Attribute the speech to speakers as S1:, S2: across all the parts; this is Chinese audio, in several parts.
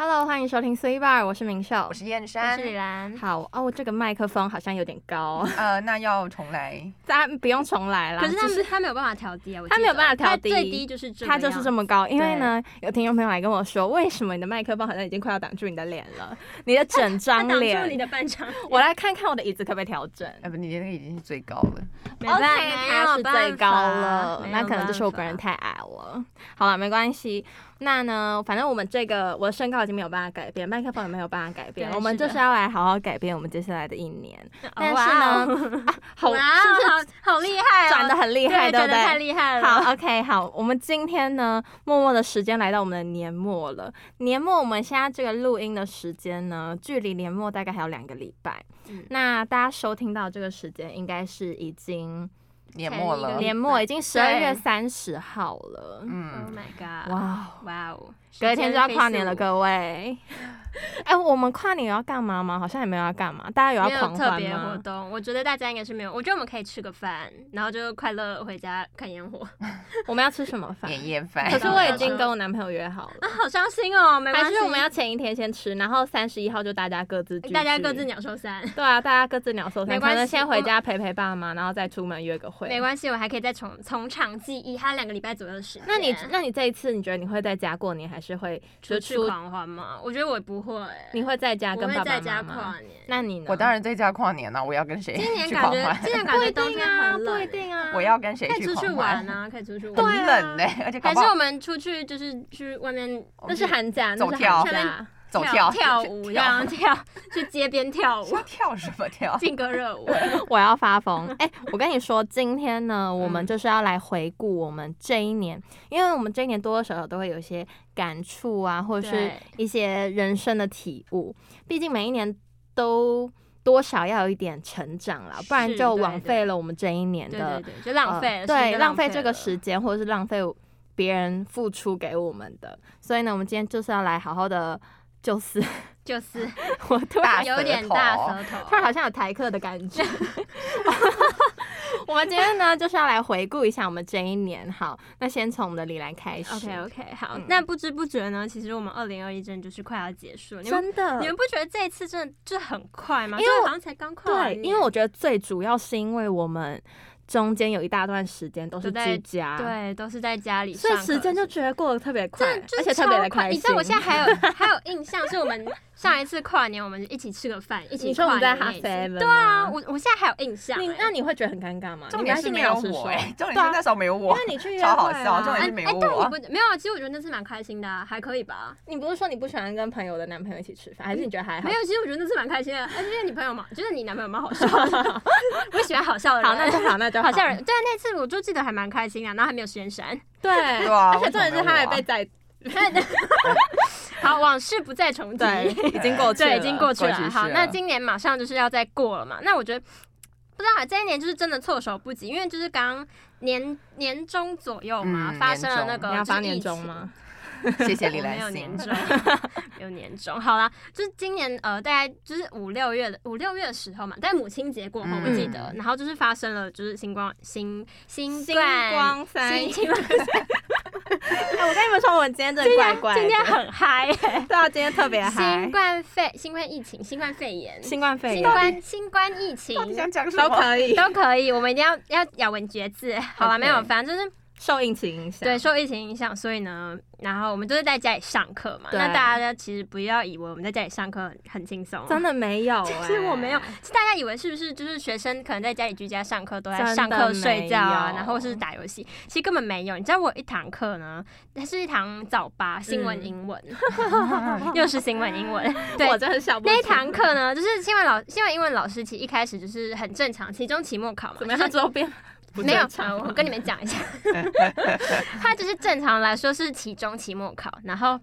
S1: Hello，欢迎收听 C Bar，我是明秀，
S2: 我是燕
S3: 我
S2: 山
S3: 是。李兰，
S1: 好哦，这个麦克风好像有点高，
S2: 呃，那要重来。
S1: 大家不用重来啦。
S3: 可是他
S1: 就
S3: 们、他没有办法调低啊，我
S1: 他
S3: 记
S1: 没有
S3: 得
S1: 办法调
S3: 他
S1: 低
S3: 最低就是这个
S1: 它就是这
S3: 样
S1: 么高，因为呢，有听众朋友来跟我说，为什么你的麦克风好像已经快要挡住你的脸了，你的整
S3: 它
S1: 张
S3: 挡住你
S1: 脸。
S3: 的半张脸，
S1: 我来看看我的椅子可不可以调整。
S2: 呃，不，你那个已经是最高了。
S3: 没办
S1: OK，
S3: 法
S1: 它是最高了，那可能就是我本。
S3: 没有办
S1: 人太
S3: 法
S1: 矮了。好了，没关系。那呢，反正我们这个我的身高已经没有办法改变，麦克风也没有办法改变，
S3: 对
S1: 我们
S3: 是的哦
S1: 就是要来好好改变我们接下来的一年。但
S3: 哇哦
S1: 是呢，啊、好，
S3: 哇
S1: 是不是
S3: 哦，好好厉害哦，
S1: 转的很厉害，对不
S3: 对转得太
S1: 对？
S3: 厉害了。，Oh
S1: 好，OK，好，我们今天呢，默默的时间来到我们的年末了。年末我们现在这个录音的时间呢，距离年末大概还有两个礼拜。
S3: 嗯
S1: 那大家收听到这个时间，应该是已经
S2: 年末
S3: 前一
S2: 了
S3: 个。
S1: 年末，已经十二
S3: 哦对
S1: 月三十号了。
S3: ，Oh
S2: 嗯，
S3: my god，哇
S1: 哇，
S3: 哇哦，
S1: 隔一天就要跨年了，
S3: 时间飞
S1: 各位。 哎、我们跨年有要干嘛吗？好像也没有要干嘛，大家有
S3: 速没
S1: 要
S3: 有
S1: 狂
S3: 特
S1: 欢
S3: 别活
S1: 吗？
S3: 动，我觉得大家应该是没有。我觉得我们可以吃个饭，然后就快乐回家看烟火。
S1: 我们要吃什么
S3: 嗯
S1: 饭？
S2: 年夜饭。
S1: 可是我已
S3: 到
S1: 经
S3: 了
S1: 跟我男朋友约好了。
S3: 啊，好伤心哦，没关
S1: 还
S3: 系，哎
S1: 是我们要前一天先吃，然后三十一号就大家各自聚聚
S3: 大家各自。鸟兽散。
S1: 对啊，大家各自鸟兽散，
S3: 没
S1: 可
S3: 关系
S1: 能先回家陪陪爸妈，然后再出门约个会。
S3: 没关系，我还可以再从从长计议，还有两个礼拜左右的时间。
S1: 那你那你这一次，你觉得你会在家过年，还是会
S3: 啊出
S1: 就
S3: 去狂欢吗？我觉得我不会，
S1: 你会在家
S3: 我
S1: 跟爸
S3: 会在
S1: 爸
S3: 家
S1: 妈妈
S3: 跨？年。
S1: 那你呢？
S2: 我当然在家跨年了，我要跟谁
S3: 今年
S2: 去
S3: 感
S2: 狂
S3: 觉，今
S2: 欢？
S3: 年感
S1: 不
S3: 觉
S1: 一
S3: 冬
S1: 定
S3: 天
S1: 啊，
S3: 很
S1: 不一
S3: 冷，
S1: 定啊。
S2: 我要跟谁
S3: 可以
S2: 去
S3: 出去
S2: 狂
S3: 玩
S2: 欢？
S3: 啊，可以出去
S2: 很
S3: 玩。
S1: 对啊
S2: 冷呢，而且搞
S3: 还
S2: 不
S3: 是
S2: 好
S3: 我们出去就是去外面
S1: 那是寒假，那
S2: 走
S1: 是
S2: 跳
S1: 寒假。
S2: 走
S3: 跳
S2: 跳
S3: 舞这 样跳，去街边跳舞，
S2: 跳什么跳？
S3: 劲歌热舞。
S1: 我要发疯！哎、我跟你说，今天呢，我们
S3: 嗯
S1: 就是要来回顾我们这一年，因为我们这一年多多少少都会有一些感触啊，或者是
S3: 对
S1: 一些人生的体悟。毕竟每一年都多少要有一点成长啦，不然
S3: 是
S1: 就
S3: 对
S1: 枉
S3: 对
S1: 费了我们这一年
S3: 对
S1: 的
S3: 对对，就浪费了
S1: 呃，
S3: 时间
S1: 对，浪费这个
S3: 了
S1: 时间，或者是浪费别人付出给我们的。所以呢，我们今天就是要来好好的。就是，
S3: 就是
S1: 我突然
S2: 大
S3: 有
S2: 舌
S3: 点
S2: 头
S3: 大舌头，
S1: 突然好像有台客的感觉。 我们今天呢，就是要来回顾一下我们这一年。好，那先从我们的李兰开始。
S3: OK OK，好，
S1: 嗯
S3: 那不知不觉呢，其实我们二零二一真的就是快要结束了。你们
S1: 真的
S3: 你们不觉得这一次真的就很快吗？
S1: 因为
S3: 就是好像才刚跨
S1: 对
S3: 完，年
S1: 因为我觉得最主要是因为我们中间有一大段时间都是
S3: 都在
S1: 居家，，
S3: 对都是在家里上
S1: 所以
S3: 课啊的时候，
S1: 时间就觉得过得特别快
S3: 真的，就
S1: 而
S3: 是
S1: 且特别的
S3: 超快。
S1: 开
S3: 你
S1: 心
S3: 知。道我现在还有 还有印象，是我们上一次跨年，我们一起吃个 饭，一起
S1: 你说我
S3: 跨
S1: 们在
S3: 年
S1: 哈
S3: 那一
S1: 菲
S3: 次。
S1: 对
S3: 对啊，我我现在还有印象欸。
S1: 你 那你会觉得很尴尬吗？
S2: 重点是
S1: 你
S2: 没有
S1: 还是你老
S2: 我
S1: 实
S2: 哎
S1: 说，对
S2: 重点是
S1: 啊
S2: 那时候没有
S1: 因
S2: 我
S1: 为。你去约
S2: 超好
S1: 会
S2: 笑
S1: 啊
S2: 重点
S3: 哎
S2: 还是
S3: 哎，
S2: 没
S3: 但
S2: 有
S3: 你
S2: 我啊
S3: 不没有啊？其实我觉得那次蛮开心的啊，还可以吧。
S1: 你不是说你不喜欢跟朋友的男朋友一起吃饭，还是你觉得还好
S3: 没？有，其实我觉得那次蛮开心的，而且你朋友嘛，就是你男朋友蛮好笑的， 我喜欢好笑的人。
S1: 好，那就好，那就
S3: 好像人，对啊那次我就记得还蛮开心的，然后还没有时间删。
S1: 对，
S2: 对啊
S1: 而且重点是他还
S2: 为什么没有我啊
S1: 被宰
S3: 好，往事不 再重提，
S1: 对，已经过去了，
S3: 对，已经过去
S2: 过去
S1: 啊
S3: 了。好，
S2: 式了
S3: 那今年马上就是要再过了嘛，那我觉得。不知道啊这一年就是真的措手不及，因为就是刚年年中左右嘛，
S2: 嗯
S3: 发生了那
S2: 年中
S3: 个
S1: 你要
S3: 就是
S1: 发年
S3: 疫
S1: 终
S3: 情
S1: 吗？
S2: 谢谢李
S3: 我没
S2: 兰
S3: 有
S2: 心
S3: 年。终，没有年终。好啦，就是今年呃，大概就是五六月的五六月的时候嘛，在母亲节过后，
S2: 嗯
S3: 我记得，然后就是发生了就是星光新新
S1: 星
S3: 冠
S1: 光三
S3: 新新冠
S1: 哎，我跟你们说，我们今天真的 怪怪的，
S3: 今天很嗨、
S1: 对啊，今天特别嗨
S3: 新，冠肺新冠疫情新冠肺炎
S1: 新冠肺
S3: 新
S1: 炎
S3: 冠新冠疫情
S2: 到底想讲什
S1: 都
S2: 么？
S1: 可以
S3: 都可以，我们一定要要咬文嚼 字。好了，
S2: OK
S3: 没有，反正就是
S1: 受疫情影响，
S3: 对，受疫情影响，所以呢，然后我们都是在家里上课嘛。
S1: 对
S3: 那大家其实不要以为我们在家里上课很很轻松，
S1: 真的没有，
S3: 其
S1: 哎
S3: 实我没有，是大家以为是不是就是学生可能在家里居家上课都在
S1: 真
S3: 上
S1: 的
S3: 课睡觉啊
S1: 没，有
S3: 然后是打游戏，其实根本没有。你知道我有一堂课呢，它是一堂早八新闻
S1: 嗯
S3: 英文，又是新闻英文。对
S1: 我，真的想不
S3: 那一
S1: 出
S3: 堂课呢，就是新闻老新闻英文老师其实一开始就是很正常，期中期末考嘛，
S1: 怎么
S3: 就
S1: 样
S3: 是
S1: 之后 变不
S3: 没有
S1: 正，常
S3: 呃我跟你们讲 一下，他就是正常来说是期中、期末考，然后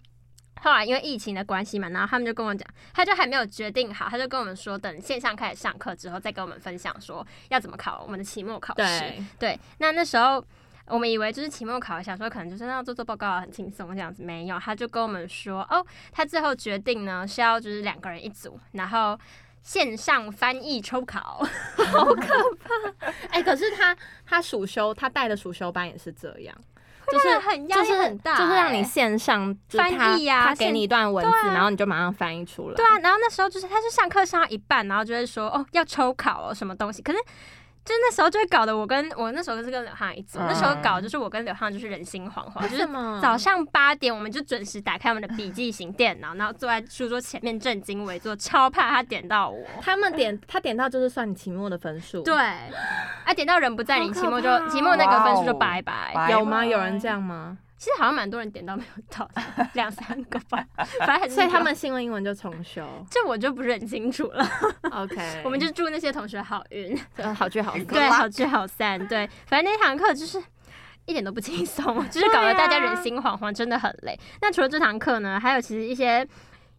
S3: 后来因为疫情的关系嘛，然后他们就跟我讲，他就还没有决定好，他就跟我们说，等线上开始上课之后再跟我们分享说要怎么考我们的期末考试。
S1: 对，
S3: 对，那那时候我们以为就是期末考，想说可能就是那样做做报告啊，很轻松这样子，没有，他就跟我们说，哦，他最后决定呢是要就是两个人一组，然后线上翻译抽考，
S1: 哎，可是他他暑修，他带的暑修班也是这样。 就是
S3: 很压
S1: 就
S3: 力
S1: 是
S3: 很大、
S1: 就是让
S3: 欸
S1: 你线上就是
S3: 翻
S1: 他
S3: 译啊
S1: 他给
S3: 线
S1: 你一段文
S3: 对
S1: 字，
S3: 啊
S1: 然后你就马上翻译出来。
S3: 对啊，然后那时候就是他就上课上到一半，然后就会说哦要抽考哦什么东西，可是。就那时候就会搞得我跟我那时候是跟刘汉一组，
S2: 嗯
S3: 那时候搞就是我跟刘汉就是人心惶惶，就是
S1: 么
S3: 早上八点我们就准时打开我们的笔记型电脑，然后坐在书桌前面正襟危坐，超怕他点到我。
S1: 他们点他点到就是算你期末的分数。
S3: 对，啊点到人不在，你
S1: 好可
S3: 期末就
S1: 怕哦
S3: 期末那个分数就拜拜。
S2: 哇哦
S1: 有吗？
S2: 拜
S1: 啊
S2: 拜
S1: 有人这样吗？
S3: 其实好像蛮多人点到没有到的，两三个 吧，反正很
S1: 所以他们新闻英文就重 修。
S3: 这我就不是很清楚了。
S1: OK，
S3: 我们就祝那些同学好运。
S1: 呃好聚 好散。
S3: 对，
S2: luck
S3: 好聚好散。对，反正那堂课就是一点都不 轻松，就是搞得大家人心惶惶，真的很累。那除了这堂课呢，还有其实一些。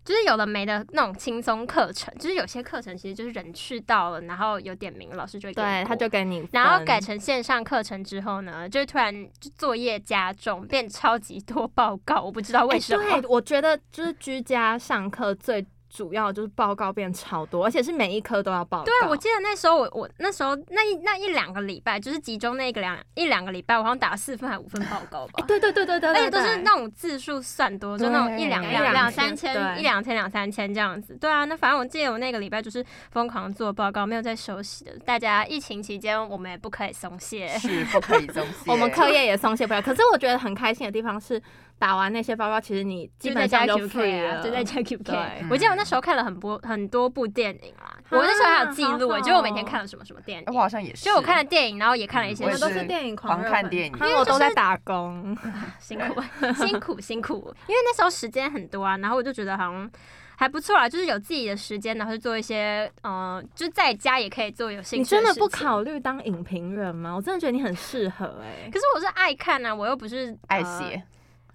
S3: 就是有的没的那种轻松课程，就是有些课程其实就是人去到了，然后有点名，老师就会给你
S1: 对，
S3: 过
S1: 他就给你分，哎
S3: 然后改成线上课程之后呢，就是突然就作业加重，变超级多报告，我不哦知道为
S1: 哎
S3: 什么。
S1: 对，我觉得就是居家上课最主要就是报告变超多，而且是每一科都要报告。
S3: 对，啊我记得那时候我我那时候那一那一两个礼拜，就是集中那一个两一两个礼拜，我好像打了四份还五份报告吧。
S1: 对对对对对，
S3: 而
S1: 对
S3: 且都是
S1: 对
S3: 那种字数算多，就那种
S2: 对
S3: 一两
S2: 一
S3: 两
S2: 两
S3: 两
S1: 千
S3: 三千、
S1: 对
S3: 一两千两三千这样子。对啊，那反正我记得我那个礼拜就是疯狂做报告，没有在休息的。大家疫情期间我们也不可以松懈。
S2: 是不可以松 懈。
S1: 我们课业也松懈不了。可是我觉得很开心的地方是，打完那些报告，其实你基
S3: 就
S1: 本
S3: 在家
S1: 上就
S3: QK
S1: free
S3: 啊，
S1: 了，
S3: 就在家 QK
S1: 对。
S3: 我记得我那时候看了很多很多部电影啦，我那时候还有记录
S1: 好好
S3: 诶，
S1: 哦
S3: 就我每天看了什么什么电
S2: 哎我好
S3: 影，
S2: 像也是，
S3: 就我看了电影，然后也看了一些
S1: 我
S2: 我
S1: 们
S2: 也
S1: 都
S2: 是
S1: 是电影狂
S2: 狂
S1: 热
S2: 看
S1: 粉
S2: 电影
S1: 因为我都在打工，
S3: 辛 苦辛苦辛苦，因为那时候时间很多啊，然后我就觉得好像还不错啊，就是有自己的时间，然后就做一些嗯、呃，就在家也可以做有兴
S1: 你
S3: 趣
S1: 真
S3: 的
S1: 的
S3: 事
S1: 不
S3: 情。
S1: 考虑当影评人吗？我真的觉得你很适合哎、
S3: 可是我是爱看啊，我又不是
S2: 爱
S3: 呃
S2: 写、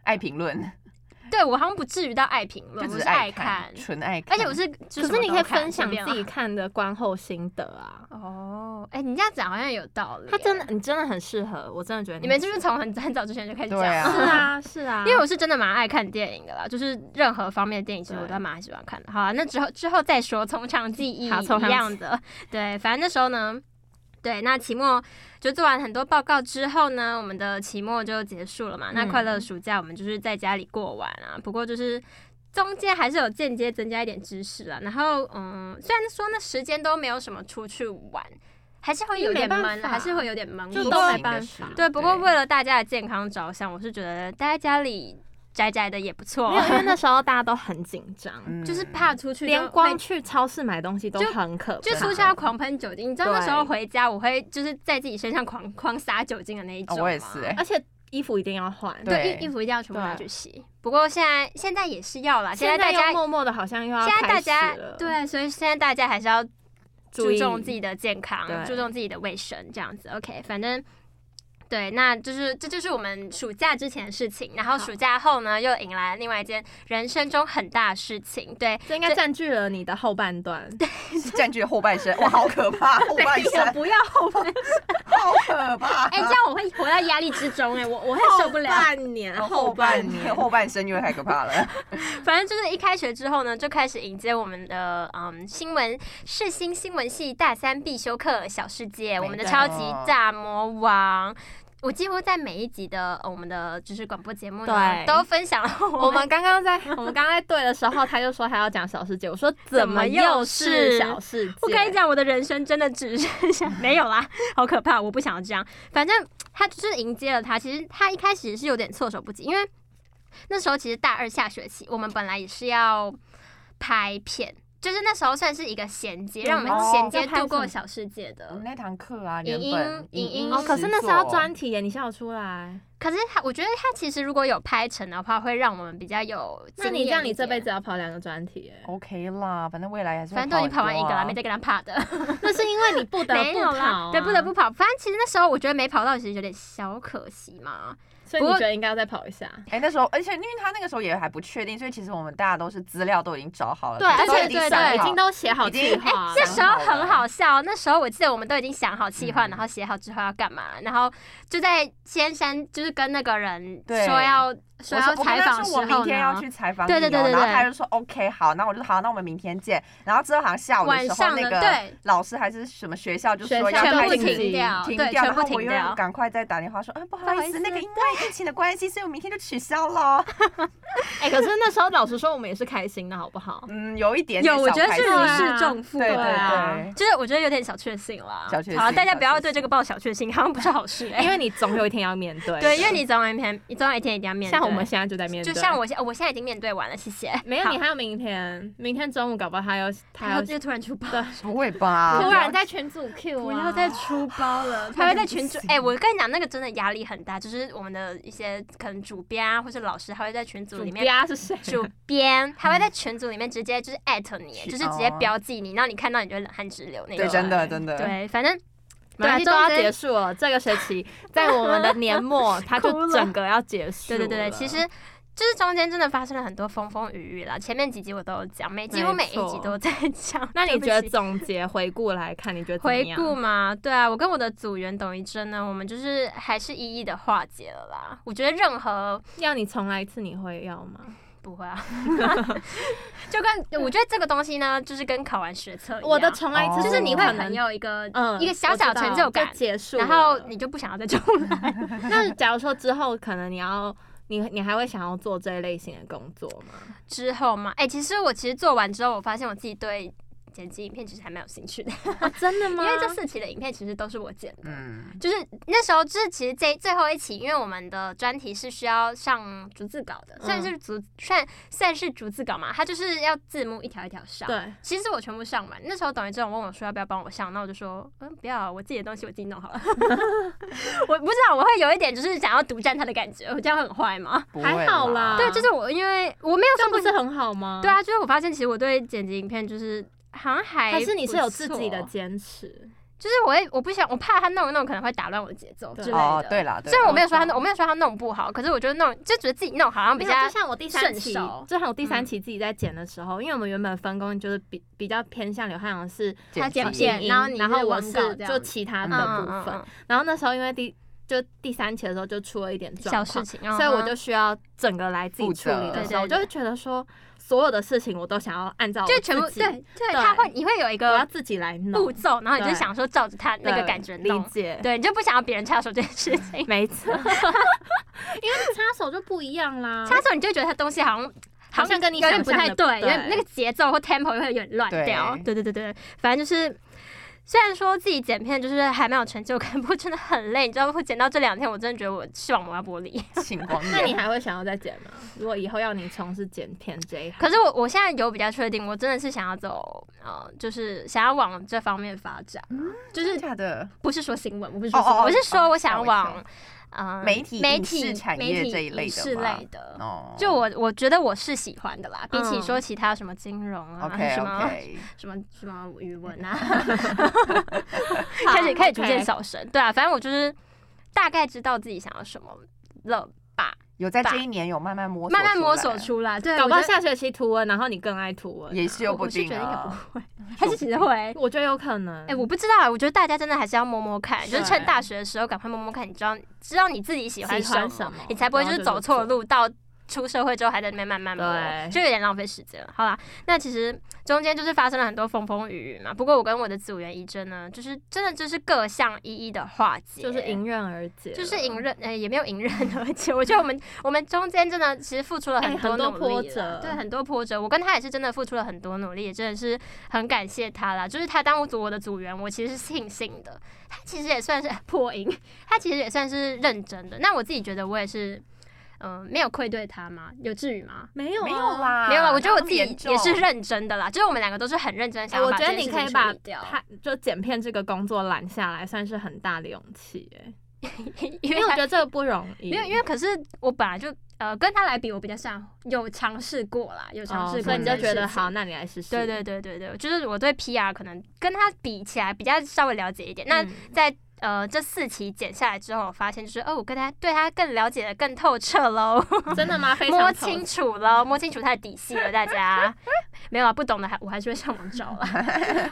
S2: 爱评论，
S3: 对我好像不至于到爱评
S2: 就
S3: 论，
S2: 只
S3: 我
S2: 是
S3: 是
S2: 爱
S3: 看，
S2: 纯爱看。
S3: 而且我是
S1: 可是你可以分享自。
S3: 就什么都看随
S1: 己
S3: 便啊
S1: 看的观后心得啊。
S3: 哦，哎、你这样讲好像有道理耶。
S1: 他真的，你真的很适合，我真的觉得
S3: 你们是
S1: 就
S3: 不是从很很早之前就开始讲？
S2: 对啊
S1: 是 啊是啊，
S3: 因为我是真的蛮爱看电影的啦，就是任何方面的电影，其实我都蛮喜欢看的。好啊，那之后之后再说，从长计议
S1: 好从
S3: 一
S1: 长
S3: 样的。 对，反正那时候呢，对，那期末就做完很多报告之后呢，我们的期末就结束了嘛。那
S1: 嗯
S3: 快乐暑假我们就是在家里过完啊，不过就是。中间还是有间接增加一点知识啊，然后嗯，虽然说那时间都没有什么出去玩，还是会有点
S1: 因为没办
S3: 闷，啊
S1: 法
S3: 还是会有点闷，
S1: 就
S3: 不
S1: 都
S3: 过
S1: 没办法
S3: 对，不过为了大家的健康着想，我是觉得待在家里宅宅的也不
S1: 没有
S3: 错，
S1: 因为那时候大家都很紧张，
S2: 嗯
S3: 就是怕出嗯去就
S1: 连
S3: 会
S1: 光去超市买东西都很可怕，
S3: 就出去要狂喷酒精。你知道
S1: 对
S3: 那时候回家，我会就是在自己身上狂狂撒酒精的那一
S2: 哦
S3: 种吗、
S2: 我也是哎
S3: 啊
S1: 而且衣服一定要换。
S3: 对，
S2: 对
S3: 衣衣服一定要全部拿去洗。不过现在现在也是要啦，啊现
S1: 现
S3: 大
S1: 在
S3: 家
S1: 又默默的，好像又要
S3: 现在大
S1: 开始
S3: 家
S1: 了，
S3: 对，所以现在大家还是要
S1: 注
S3: 注
S1: 意
S3: 重自己的健康，
S1: 对
S3: 注重自己的卫生，这样子。OK，反正对，那就是这就是我们暑假之前的事情，然后
S1: 好
S3: 暑假后呢，又迎来了另外一件人生中很大的事情。对，
S1: 这应该占据了你的后半 段。
S2: 占据后半生，哇，好可怕！后半生
S1: 不 要后半
S2: 好可怕。
S3: 哎、这样我会活在压力之中、哎，我我会受不了。
S1: 半年
S2: 哦后半年、后半生因为太可怕了。
S3: 反正就是一开学之后呢，就开始迎接我们的嗯新闻世新新闻系大三必修课《小世界》，
S2: 错
S3: 我们的超级大魔王。我几乎在每一集的、呃我们的就是广播节目呢，
S1: 对
S3: 都分享了我
S1: 我们刚刚在我们刚刚在对的时候，他就说他要讲小世界，我说怎么又是小世界？
S3: 我跟你，讲，我的人生真的只剩下 没有啦，好可怕！我不想要这样。反正他就是迎接了他，其实他一开始是有点措手不及，因为那时候其实大二下学期，我们本来也是要拍片，就是那时候算是一个衔接，
S1: 有
S3: 让我们
S2: 吗
S3: 衔接
S1: 哦要拍
S3: 度
S1: 什
S3: 过
S1: 么嗯
S3: 小世界
S2: 我们
S3: 的。
S2: 那堂课啊，
S3: 影
S2: 原
S3: 音
S2: 本
S3: 影音
S2: 音
S1: 哦，可是那是
S2: 实
S1: 要
S2: 作？
S1: 专题耶，你笑出来。
S3: 可是他，我觉得他其实如果有拍成的话，会让我们比较有经
S1: 那
S3: 验一
S1: 你
S3: 点。
S1: 这样，你这辈子要跑两个专题耶
S2: OK 啦，反正未来还是会
S3: 反正都已经跑完一个了，
S2: 很多啊
S3: 没再跟他怕的。
S1: 那是因为你不得
S3: 没
S1: 不
S3: 有
S1: 跑
S3: 啦
S1: 啊，，
S3: 对，不得不跑。反正其实那时候我觉得没跑到，其实有点小可惜嘛。
S1: 所以你觉得应该要再跑一下？
S2: 啊。哎、那时候，而且因为他那个时候也还不确定，所以其实我们大家都是资料都已经找好了，
S1: 对，而
S2: 都
S1: 且
S2: 已经
S1: 对
S2: 想好
S1: 对，已经都写好哎
S2: 已经
S1: 计 划了。
S3: 那时候很好笑，那时候我记得我们都已经想好计划，然后写好之后要干嘛，然后就在仙山就是跟那个人
S2: 对啊
S3: 说要
S2: 我
S3: 说要
S2: 说我跟
S3: 采
S2: 他
S3: 访时
S2: 说我
S3: 候
S2: 明
S3: 呢，
S2: 天要去采访你、哦，
S3: 对对对对
S2: 然后
S3: 对
S2: 他就说 OK 好，那我就好，那我们明天见。然后之后好像下午的
S3: 晚
S2: 时候
S3: 上
S2: 那
S3: 的
S2: 个
S3: 对。
S2: 老师还是什么学校就
S1: 学
S2: 说
S1: 校
S2: 要
S1: 全
S3: 全
S2: 开
S3: 部
S1: 部
S2: 始
S1: 停
S3: 停掉，
S2: 停
S3: 对，
S2: 掉，
S3: 全
S2: 然
S3: 部
S2: 后我
S3: 停
S2: 又
S3: 掉。
S2: 赶快再打电话说，啊，不
S3: 不
S2: 好
S3: 好
S2: 意
S3: 意
S2: 思，
S3: 思
S2: 那个因为疫情的关系，所以我明天就取消了。
S1: 哎、可是那时候老实说，我们也是开心的，好不好？
S2: 嗯，有一点点
S3: 有，我
S2: 小
S3: 觉得
S2: 开
S3: 是
S2: 心
S3: 如
S1: 啊
S3: 释重负，
S2: 对对
S3: 啊
S2: 对
S3: 就是我觉得有点小确幸啦。
S2: 小确幸
S3: 好啊，大家
S2: 小
S3: 不要
S2: 确
S3: 对这个抱小确幸，好像不是好 事 哎、
S1: 因为你总有一天要面对的。
S3: 对，因为你总有一天，你总有一天一定要面对。嗯
S1: 像我们现在就在面对，
S3: 就像我现，我现在已经面对完了，谢谢。
S1: 没有
S3: 好
S1: 你，还有明天，明天中午搞不好他要他
S3: 然后
S1: 要
S3: 就突然出包，
S2: 不会吧？
S1: 突然在群组 Q
S3: 不
S1: 啊，
S3: 要再
S1: 出包了，
S3: 他会在群主，哎、我跟你讲，那个真的压力很大，就是我们的一些可能主编啊，或是老师，他会在群组
S1: 主
S3: 里面
S1: 编嗯是谁？
S3: 主编，他会在群组里面直接就是艾特你，
S2: 去
S3: 就是直
S1: 哦
S3: 接标记你，然后你看到你就会冷汗直流那种。
S2: 对，
S3: 啊
S2: 真的真的，
S3: 对，反正
S1: 马上
S3: 对啊
S1: 都要
S3: 中间
S1: 结束了，这个学期在我们的年 末，它
S3: 哭
S1: 就
S3: 了
S1: 整个要结束
S3: 对
S1: 了。
S3: 对对对，其实。就是中间真的发生了很多风风雨雨啦，前面几集我都有讲，每几乎每
S1: 没
S3: 一
S1: 错
S3: 集都在讲。
S1: 那
S3: 对
S1: 你
S3: 不
S1: 觉得
S3: 起
S1: 总结回顾来看，你觉得怎么
S3: 回
S1: 样
S3: 顾？嘛，对啊，我跟我的组员董一真呢，我们就是还是一一的化解了啦。我觉得任何
S1: 要你重来一次，你会要吗？
S3: 不会啊， 就跟我觉得这个东西呢，就是跟考完学测一样，
S1: 我的重来一次
S2: 哦
S3: 就是你会
S1: 可
S3: 很
S1: 能
S3: 有一个
S1: 嗯
S3: 一个小小的成就感
S1: 我知道结束了。
S3: 然后你就不想要再重来。
S1: 那假如说之后可能你要你你还会想要做这一类型的工作 吗？
S3: 之后嘛，哎、其实我其实做完之后，我发现我自己对剪辑影片其实还蛮有兴趣的，
S1: 啊、真的
S3: 因
S1: 吗？
S3: 为这四期的影片其实都是我剪的。
S2: 嗯，
S3: 就是那时候，就是其实这最后一期，因为我们的专题是需要上逐字稿的，
S1: 嗯
S3: 算是逐算算是逐字稿嘛，它就是要字幕一条一条上。，
S1: 对，
S3: 其实我全部上完。那时候董宇正问我说要不要帮我上，那我就说嗯不要，我自己的东西我自己弄好了。 我不知道，我会有一点就是想要独占他的感觉，我这样很坏吗？
S2: 不
S1: 还
S2: 会
S1: 好啦
S3: 对，啊就是我因为我没有
S1: 啊这样
S3: 说
S1: 不是很好吗？
S3: 对，啊，就是我发现其实我对剪辑影片就是好像还
S1: 还是你是有自
S3: 不
S1: 己的
S3: 错
S1: 坚持？
S3: 就是我会我不想我怕他弄一弄可能会打乱我的节奏
S1: 对
S3: 之类的。
S2: 哦，对啦，对
S3: 虽然我
S2: 啦
S3: 没有说他弄，我没有说他弄不好，可是我觉得弄就觉得自己弄好像比
S1: 没
S3: 较
S1: 有，就像我第三
S3: 顺
S1: 期，
S3: 手
S1: 就像我第三
S3: 嗯
S1: 期自己在剪的时候，因为我们原本分工就是比比较偏向刘汉阳是
S3: 他
S2: 剪
S3: 剪
S2: 辑
S3: 片
S1: 影音
S3: 然后你
S1: 然
S3: 是
S1: 后我
S3: 文
S1: 是
S3: 稿这样
S1: 就
S3: 子
S1: 其他
S3: 嗯
S1: 的部
S3: 嗯
S1: 分。
S3: 嗯
S1: 然后那时候因为第就第三期的时候就出了一点
S3: 嗯小
S1: 状
S3: 事
S1: 况，
S3: 情，
S1: 所以我就
S3: 嗯
S1: 需要整个来自己处理
S2: 负责
S1: 的时候，我
S3: 对对对
S1: 就会觉得说所有的事情我都想要按照
S3: 哼
S1: 我
S3: 就全部
S1: 自己
S3: 对对，他会你会有一
S1: 我要
S3: 个
S1: 自己来
S3: 步
S1: 弄，
S3: 骤，然后你就
S1: 对
S3: 想说照着他那个
S1: 对
S3: 感觉
S1: 理
S3: 弄，
S1: 解。
S3: 对，你就不想要别人插手这件事情。
S1: 没错，因为插手就不一样啦。
S3: 插手你就觉得他东西好像。
S1: 好像跟你
S3: 有点
S1: 想
S3: 不
S1: 象
S3: 太
S1: 的
S3: 对，有点
S1: 对
S3: 那个节奏或 tempo 会有点乱掉。对对对对，反正就是，虽然说自己剪片就是还蛮有成就感，不过真的很累，你知道吗？会剪到这两天，我真的觉得我视网膜要 剥离。
S2: 请光
S1: 那你
S2: 眼，
S1: 还会想要再剪吗？如果以后要你从事剪片这一行，
S3: 可是我我现在有比较确定，我真的是想要走，呃，就是想要往这方面发展，啊
S1: 嗯
S3: 就是
S2: 假的
S3: 不是说新闻，我不是说
S2: 哦
S3: 新闻，
S2: 哦哦
S3: 我是说我想要
S2: 吓我
S3: 往
S2: 一，
S3: 嗯，
S2: 媒体
S3: 媒
S2: 影视
S3: 体
S2: 产
S3: 媒
S2: 业
S3: 体
S2: 这一类
S3: 影
S2: 的
S3: 视
S2: 吗
S3: 类的。
S2: 哦，
S3: 就我我觉得我是喜欢的啦，比起
S1: 嗯
S3: 说其他什么金融啊、
S2: OK
S3: 什么
S2: OK，
S3: 什么什么语文啊， 开始开始逐渐
S1: OK
S3: 小声。对啊，反正我就是大概知道自己想要什么了，
S2: 有在这一年有慢慢摸索，
S3: 慢慢摸索，出来。对，
S1: 搞不好
S3: 我觉得
S1: 下学期图文，然后你更爱图文，
S2: 也是有不定
S3: 我是觉得应该
S2: 啊。
S3: 不会，还是其实会。
S1: 我觉得有可能。
S3: 哎、我不知道啊，我觉得大家真的还是要摸摸看，就是
S1: 对
S3: 趁大学的时候赶快摸摸看，你知道知道你自己喜欢
S1: 喜欢
S3: 什
S1: 什么
S3: 你才不
S1: 哦
S3: 会
S1: 然
S3: 就
S1: 后
S3: 是
S1: 就
S3: 走
S1: 去
S3: 错
S1: 做
S3: 路，到出社会之后还在那边慢慢摸，
S1: 对
S3: 就有点浪费时间了。好啦，那其实中间就是发生了很多风风雨雨嘛。不过我跟我的组员怡珍呢，就是真的就是各项一一的化解，
S1: 就是迎刃而解了，
S3: 就是隐忍，呃，也没有隐忍，而且我觉得我们我们中间真的其实付出了
S1: 哎
S3: 多
S1: 很多
S3: 努力
S1: 波
S3: 啦
S1: 折
S3: 对，很多波折。我跟他也是真的付出了很多努力，也真的是很感谢他啦。就是他当我组我的组员，我其实是庆幸的。他其实也算是 破音，他其实也算是认真的。那我自己觉得我也是，嗯、没有愧对他吗？有至于吗？
S1: 没有啊
S2: 没有。啦，
S3: 没有啦，我觉得我
S2: 哪那么
S3: 自己
S2: 严重
S3: 也是认真的啦，就是我们两个都是很认真地
S1: 哎，
S3: 想要
S1: 我
S3: 把
S1: 觉
S3: 这
S1: 得
S3: 件
S1: 你
S3: 事
S1: 可以
S3: 情
S1: 把
S3: 处理掉，
S1: 拍就剪片这个工作揽下来，算是很大的勇气哎，
S3: 因
S1: 因
S3: 为
S1: 为我
S3: 他
S1: 觉得这个不容易，
S3: 因为因为可是我本来就呃跟他来比，我比较像有尝试过啦，有尝
S1: 哦
S3: 试过、
S1: 所以你就觉得好，
S3: 嗯。
S1: 那你来试试。
S3: 对对对对对，就是我对 PR 可能跟他比起来比较稍微了解一点。那
S1: 嗯
S3: 在呃这四期剪下来之后，我发现就是哦，我跟他对他更了解的更透彻喽，
S1: 真的吗？非常
S3: 摸
S1: 投
S3: 清楚喽，摸清楚他的底细了，大家。 没有啊，不懂的还我还是会上网找 啦。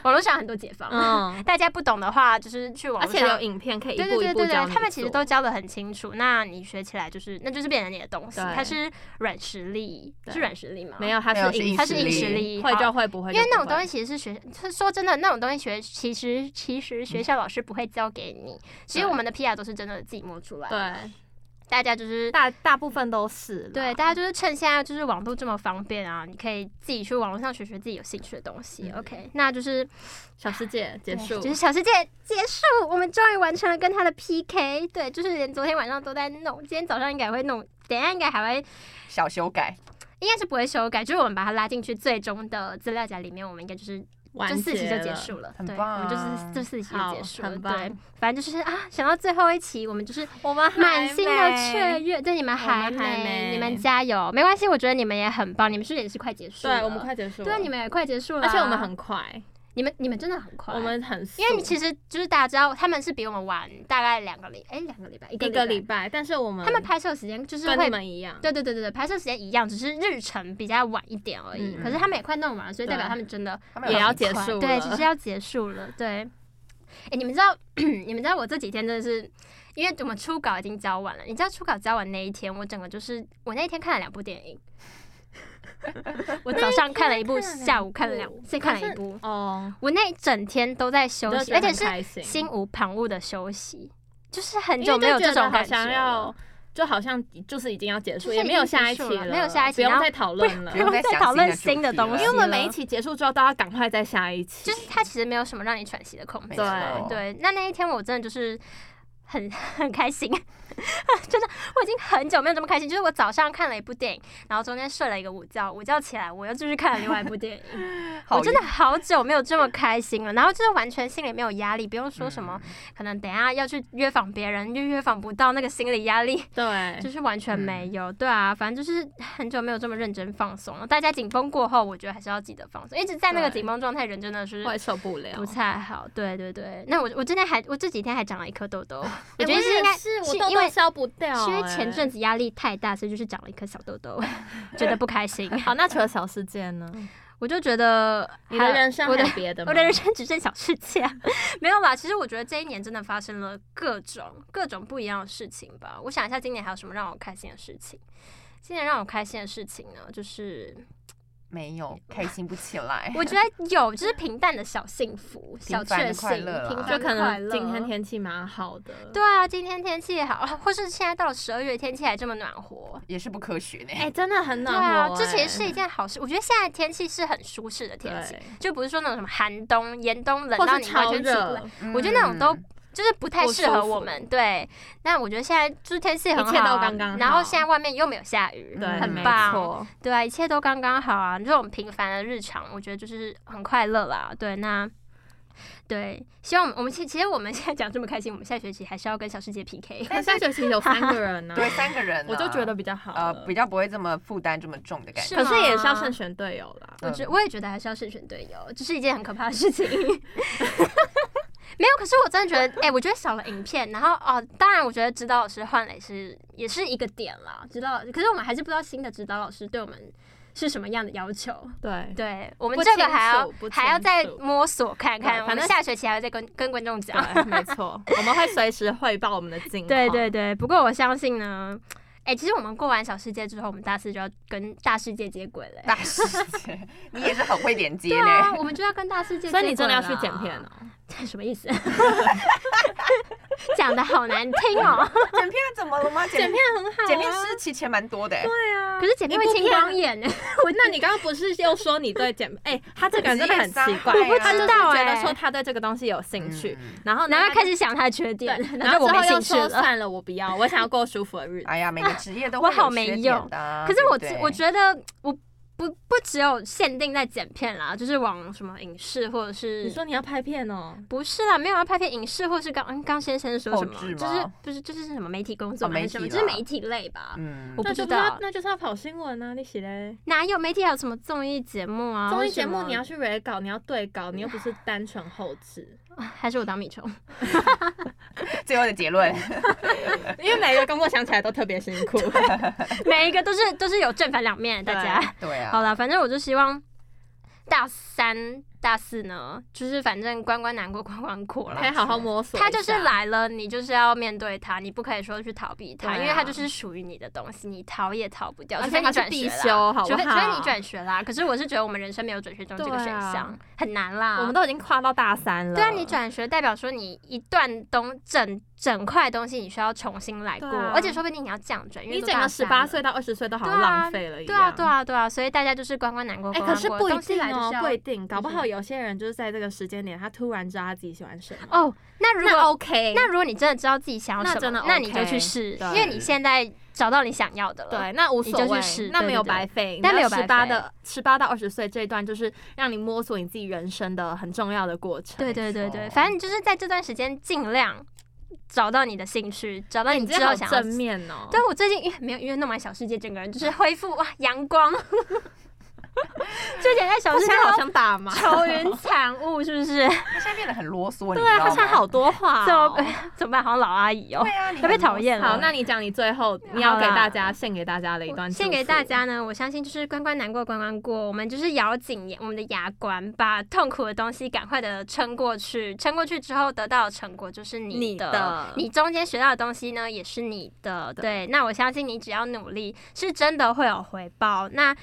S3: 网络上很多解方，
S1: 嗯，
S3: 大家不懂的话就是去网
S1: 而
S3: 络
S1: 且有
S3: 上。
S1: 影片可以一
S3: 对对
S1: 步一
S3: 对
S1: 步
S3: 对
S1: 教
S3: 对，
S1: 你
S3: 他们其实
S1: 做
S3: 都教的很清楚，那你学起来就是，那就是变成你的东西，
S1: 对
S3: 它是软实力，
S1: 对
S3: 是软实力吗？
S1: 没有，它
S2: 没有
S1: 是
S2: 是
S1: 硬，
S2: 硬
S3: 它是硬实力，
S1: 会
S3: 好
S1: 就会不会就不会，
S3: 因为那种东西其实是学，是说真的，那种东西学其实其实学校老师不会教给你。其实
S1: 对
S3: 我们的 PR 都是真的自己摸出来，，
S1: 对
S3: 大家就是
S1: 大大部分都是啦
S3: 对大家就是趁现在就是网络这么方便啊，你可以自己去网络上学学自己有兴趣的东西。
S1: 嗯
S3: OK，那就是
S1: 小世界结
S3: 对
S1: 束
S3: 就，是小世界结束，我们终于完成了跟他的 PK。对，就是连昨天晚上都在弄，今天早上应该也会弄，等一下应该还会，
S2: 小修改，
S3: 应该是不会修改，就是我们把它拉进去最终的资料夹里面，我们应该就是
S1: 完
S3: 就四期
S1: 结
S3: 就
S1: 了
S3: 结束了，
S2: 很
S3: 对，
S2: 棒
S3: 我们就是这四期就
S1: 好
S3: 结束了，
S1: 很棒
S3: 对，反正就是啊，想到最后一期，我们就是
S1: 我们
S3: 满心的雀
S1: 确，
S3: 跃，对你们还
S1: 我们还没
S3: 你们加油，没关系，我觉得你们也很棒，你们是不是也是快结束了？
S1: 对我们，快结束了，
S3: 对，你们也快结束了啊，
S1: 而且我们很快，
S3: 你们你们真的很快，
S1: 我们很速，
S3: 因为你其实就是大家知道，他们是比我们晚大概两个礼，哎，两个礼拜，一
S1: 一个
S3: 个
S1: 礼
S3: 礼拜，
S1: 拜，但是我们
S3: 他们拍摄时间就是
S1: 跟你
S3: 会。
S1: 们一样，
S3: 对对对对对，拍摄时间一样，只是日程比较晚一点而已。
S1: 嗯
S3: 可是他们也快弄完了，所以代表
S1: 对
S3: 他们真的
S2: 他们
S1: 也
S2: 有
S1: 要
S2: 很
S1: 结
S2: 快
S1: 束
S3: 对，
S1: 了
S3: 只是要结束了，对。哎、你们知道， 你们知道我这几天真的是，因为我们初稿已经交完了。你知道初稿交完那一天，我整个就是，我那一天看了两部电影。我早上看了一部，
S1: 那一天看了两部
S3: 下午看了两，先看了一部。
S1: 哦，
S3: 我那一整天都在休
S1: 就
S3: 息，
S1: 觉
S3: 而
S1: 得
S3: 且
S1: 很
S3: 是
S1: 开心
S3: 心无旁骛的休息，就是很
S1: 因
S3: 久
S1: 为
S3: 没有
S1: 就觉
S3: 这
S1: 得
S3: 种
S1: 好
S3: 感觉
S1: 像要
S3: 了。。
S1: 就好像就是已经要结
S3: 就
S1: 束，
S3: 是
S1: 也没有
S3: 已经
S1: 下一期
S3: 结束了没有下一
S1: 不
S3: 期然
S1: 用
S3: 后
S1: 再讨论了
S2: 不
S3: 不。用
S2: 再
S3: 再
S2: 想
S3: 讨
S2: 新的
S3: 论
S2: 主
S3: 新的
S2: 题
S3: 东
S2: 了
S3: 西
S1: 因
S3: 了，
S1: 为我们每一期结束之后都要赶快再下一期，
S3: 就是它其实没有什么让你喘息的空
S2: 没
S3: 间。
S2: 错
S1: 对，
S3: 对，那那一天我真的就是很 很开心，真的，我已经很久没有这么开心。就是我早上看了一部电影，然后中间睡了一个午觉，午觉起来我又继续看了另外一部电影，我
S2: 好
S3: 真的好久没有这么开心了。然后就是完全心里没有压力，不用说什么，可能等一下要去约访别人，就约访不到，那个心理压力
S1: 对
S3: 就，是完全没有。对啊，反正就是很久没有这么认真放松了。大家紧绷过后，我觉得还是要记得放松，一直在那个
S1: 对
S3: 紧绷状态，人真的是
S1: 会受不了。
S3: 不太好，对对对。那我我今天还我这几天还长了一颗痘痘，我觉得
S1: 是
S3: 应该
S1: 是哎我
S3: 是
S1: 痘
S3: 因
S1: 痘欸
S3: 为
S1: 消不掉、
S3: 是因为前阵
S1: 子。
S3: 子压力太大，所以就是长了一颗小痘痘，觉得不开心。
S1: 欸好，那除了小世界呢？
S3: 我就觉得
S1: 你
S3: 还
S1: 的
S3: 有
S1: 人生
S3: 嗯我
S1: 还
S3: 的
S1: 有别的吗？
S3: 我的人生只剩小世界， 没有啦。其实我觉得这一年真的发生了各种各种不一样的事情吧。我想一下，今年还有什么让我开心的事情？今年让我开心的事情呢，就是
S2: 没有开心不起来，
S3: 我觉得有，就是平淡的小幸福、小
S2: 平凡
S3: 确
S2: 的
S3: 幸
S2: 快乐，啦
S3: 平
S1: 就
S3: 凡的
S1: 可
S3: 快
S1: 能
S3: 乐
S1: 今天天气蛮好的。
S3: 对啊，今天天气也好，或是现在到了十二月，天气还这么暖和。
S2: 也是不科学呢。
S1: 哎、真的很
S3: 对
S1: 暖
S3: 啊，
S1: 和、哎欸
S3: 这其实是一件好事。我觉得现在天气是很舒适的天气，
S1: 对，
S3: 就不是说那种什么寒冬、严冬冷
S1: 或
S3: 到
S1: 是
S3: 你完
S1: 超
S3: 全起不来
S1: 热，，嗯
S2: 我
S3: 我觉得那种都
S2: 嗯
S3: 就是不太适合我们。对，那我觉得现在就是天气很好，啊
S1: 一切都刚刚好
S3: 然后现在外面又没有下雨，
S1: 对，
S2: 嗯
S3: 很
S1: 没
S3: 棒。
S1: 错
S3: 对啊，一切都刚刚好啊，这种平凡的日常，我觉得就是很快乐啦。对，那。对，希望我们我们其其实我们现在讲这么开心，我们下学期还是要跟小世界 PK。
S1: 但下学期有三个人呢、
S2: 对三个人啊，
S1: 我就觉得比较好了。啊
S2: 呃比较不会这么负担这么重的感
S3: 是
S2: 觉。
S1: 可是也是要
S3: 吗
S1: 慎选队友啦。
S3: 我觉
S2: 嗯
S3: 我也觉得还是要慎选队友，这是一件很可怕的 事情。没有，可是我真的觉得，哎、我觉得少了影片，然后哦，当然，我觉得指导老师换了也是也是一个点啦。指导老师，可是我们还是不知道新的指导老师对我们是什么样的要求。
S1: 对，
S3: 对我们
S1: 不
S3: 这个
S1: 清
S3: 还要
S1: 楚不
S3: 还要
S1: 清
S3: 再
S1: 楚
S3: 摸索看
S1: 对
S3: 看，我
S1: 反
S3: 们
S1: 正
S3: 下学期还要再跟跟观众
S2: 嗯
S3: 讲。
S1: 对，没错，我们会随时汇报我们的 近况。
S3: 对对对，不过我相信呢，哎、其实我们过完小世界之后，我们大四就要跟大世界接轨了、
S2: 大世界，你也是很会连接
S3: 对啊，
S2: 呢。
S3: 我们就要跟大世界接轨
S1: 所
S3: 了啊。
S1: 以你真的要去剪片哦、
S3: 什么意思？讲的好难听哦、
S2: 剪片怎么了吗？剪片
S1: 很
S3: 啊
S1: 好、
S2: 剪片是其实钱蛮多的欸，
S1: 对啊
S3: 可是姐妹会青光眼呢，
S1: 我那你刚刚不是又说你对剪哎、他这个人真的很奇怪，
S2: 我不知道
S1: 他就是觉得
S3: 哎
S1: 说他对这个东西有兴趣，
S2: 嗯
S1: 然后呢
S3: 然后
S1: 他
S3: 开始想她的缺点，
S1: 对，然
S3: 后
S1: 后
S3: 我
S1: 之后
S3: 没兴
S1: 又
S3: 趣
S1: 说
S3: 了。
S1: 算了，我不要，我想要过舒服的日子。
S2: 哎呀，每个职业都
S3: 我
S2: 会有
S3: 好没
S2: 缺点
S3: 用
S2: 的啊
S3: 可是我
S2: 对
S3: 只
S2: 不对
S3: 我觉得我不不只有限定在剪片啦，就是往什么影视或者
S1: 你
S3: 是。
S1: 说你要拍片哦、
S3: 不是啦，没有要拍片，影视或是刚嗯刚先生说
S2: 后
S3: 什
S2: 置
S3: 么，
S2: 吗
S3: 就是不是就是什么媒体工作
S2: 哦
S3: 嘛还是什么，
S2: 媒体
S3: 就
S2: 啦
S3: 是媒体类吧。
S2: 嗯
S3: 我不
S1: 那就
S3: 知
S1: 不要
S3: 道，
S1: 那就是要跑新闻啊！你写嘞，
S3: 哪有媒体还有什么综艺节目啊？
S1: 综艺节目
S3: 或者什么
S1: 你要去 re 稿，你要对稿，你又不是单纯后 置，
S3: 还是我当米虫？
S2: 最后的结论，
S1: 因为每一个工作想起来都特别辛苦。
S3: 每一个都是都是有正反两面，大家。
S2: 对啊，
S3: 好了，反正我就希望大三、大四呢，就是反正关关难过关关过了
S1: 可以。好好摸索一下。
S3: 他就是来了，你就是要面对他，你不可以说去逃避他，
S1: 对啊
S3: 因为他就是属于你的东西，你逃也逃不掉。
S1: 而
S3: 除
S1: 且
S3: 非
S1: 它
S3: 你
S1: 是
S3: 转
S1: 必
S3: 学啦，
S1: 修好不
S3: 除非除非
S1: 好
S3: 你转学啦。可是我是觉得我们人生没有转学中这个选
S1: 对啊
S3: 项、很难啦。
S1: 我们都已经跨到大三了。
S3: 对啊，你转学代表说你一段东整整块东西你需要重新来过，
S1: 对啊
S3: 而且说不定你要降转，因为
S1: 你
S3: 都
S1: 整
S3: 大
S1: 个十
S3: 三
S1: 八
S3: 了
S1: 岁到二十岁都好
S3: 对啊
S1: 像浪费了一
S3: 对啊，
S1: 样。
S3: 对啊，对啊，所以大家就是关关难过
S1: 哎、
S3: 关
S1: 可
S3: 关
S1: 是
S3: 过，
S1: 不一
S3: 东西
S1: 定
S3: 来就
S1: 哦
S3: 是，要
S1: 不一定，搞不好有些人就是在这个时间点，他突然知道他自己喜欢什么。
S3: 哦。那如
S1: 那
S3: 果
S1: OK，
S3: 那如果你真的知道自己想要
S1: 那
S3: 什么，
S1: 真的
S3: 那你就
S1: OK，
S3: 去试，
S1: 对
S3: 因为你现在找到你想要的了。
S1: 对，那无
S3: 你
S1: 所
S3: 就去
S1: 谓
S3: 试，
S1: 那
S3: 对
S1: 没
S3: 对
S1: 有
S3: 对
S1: 白费。
S3: 但没有白
S1: 十八
S3: 费
S1: 的十八到二十岁这一段，就是让你摸索你自己人生的很重要的过程。哎
S3: 对对对对，
S2: 没错
S3: 反正你就是在这段时间尽量找到你的兴趣，找到
S1: 哎，你
S3: 之
S1: 这
S3: 后
S1: 好
S3: 想要
S1: 正。面哦。
S3: 但我最近因为没有因为弄完小世界，整个人就是恢复哇 阳光。之前在哎小世界
S1: 想打嘛
S3: 愁 云惨雾，是不是？
S2: 他现在变得很啰嗦，你
S1: 对
S2: 知
S1: 啊，
S2: 道
S1: 他
S2: 吗？
S1: 现在好多话、
S3: 怎
S1: 哦
S3: 么。怎么办？ 好像老阿姨哦
S2: 对。啊，你
S3: 要被
S2: 很啰
S3: 讨厌
S2: 嗦
S3: 了
S1: 好，那你讲你最后你要给大家献给大家的一段祝福，
S3: 献给大家呢，我相信就是关关难过关关过，我们就是咬紧牙我们的牙关，把痛苦的东西赶快的撑过去，撑过去之后得到的成果就是你
S1: 你
S3: 的，
S1: 的
S3: 你中间学到的东西呢也是你的，对，那我相信你只要努力，是真的会有回报，那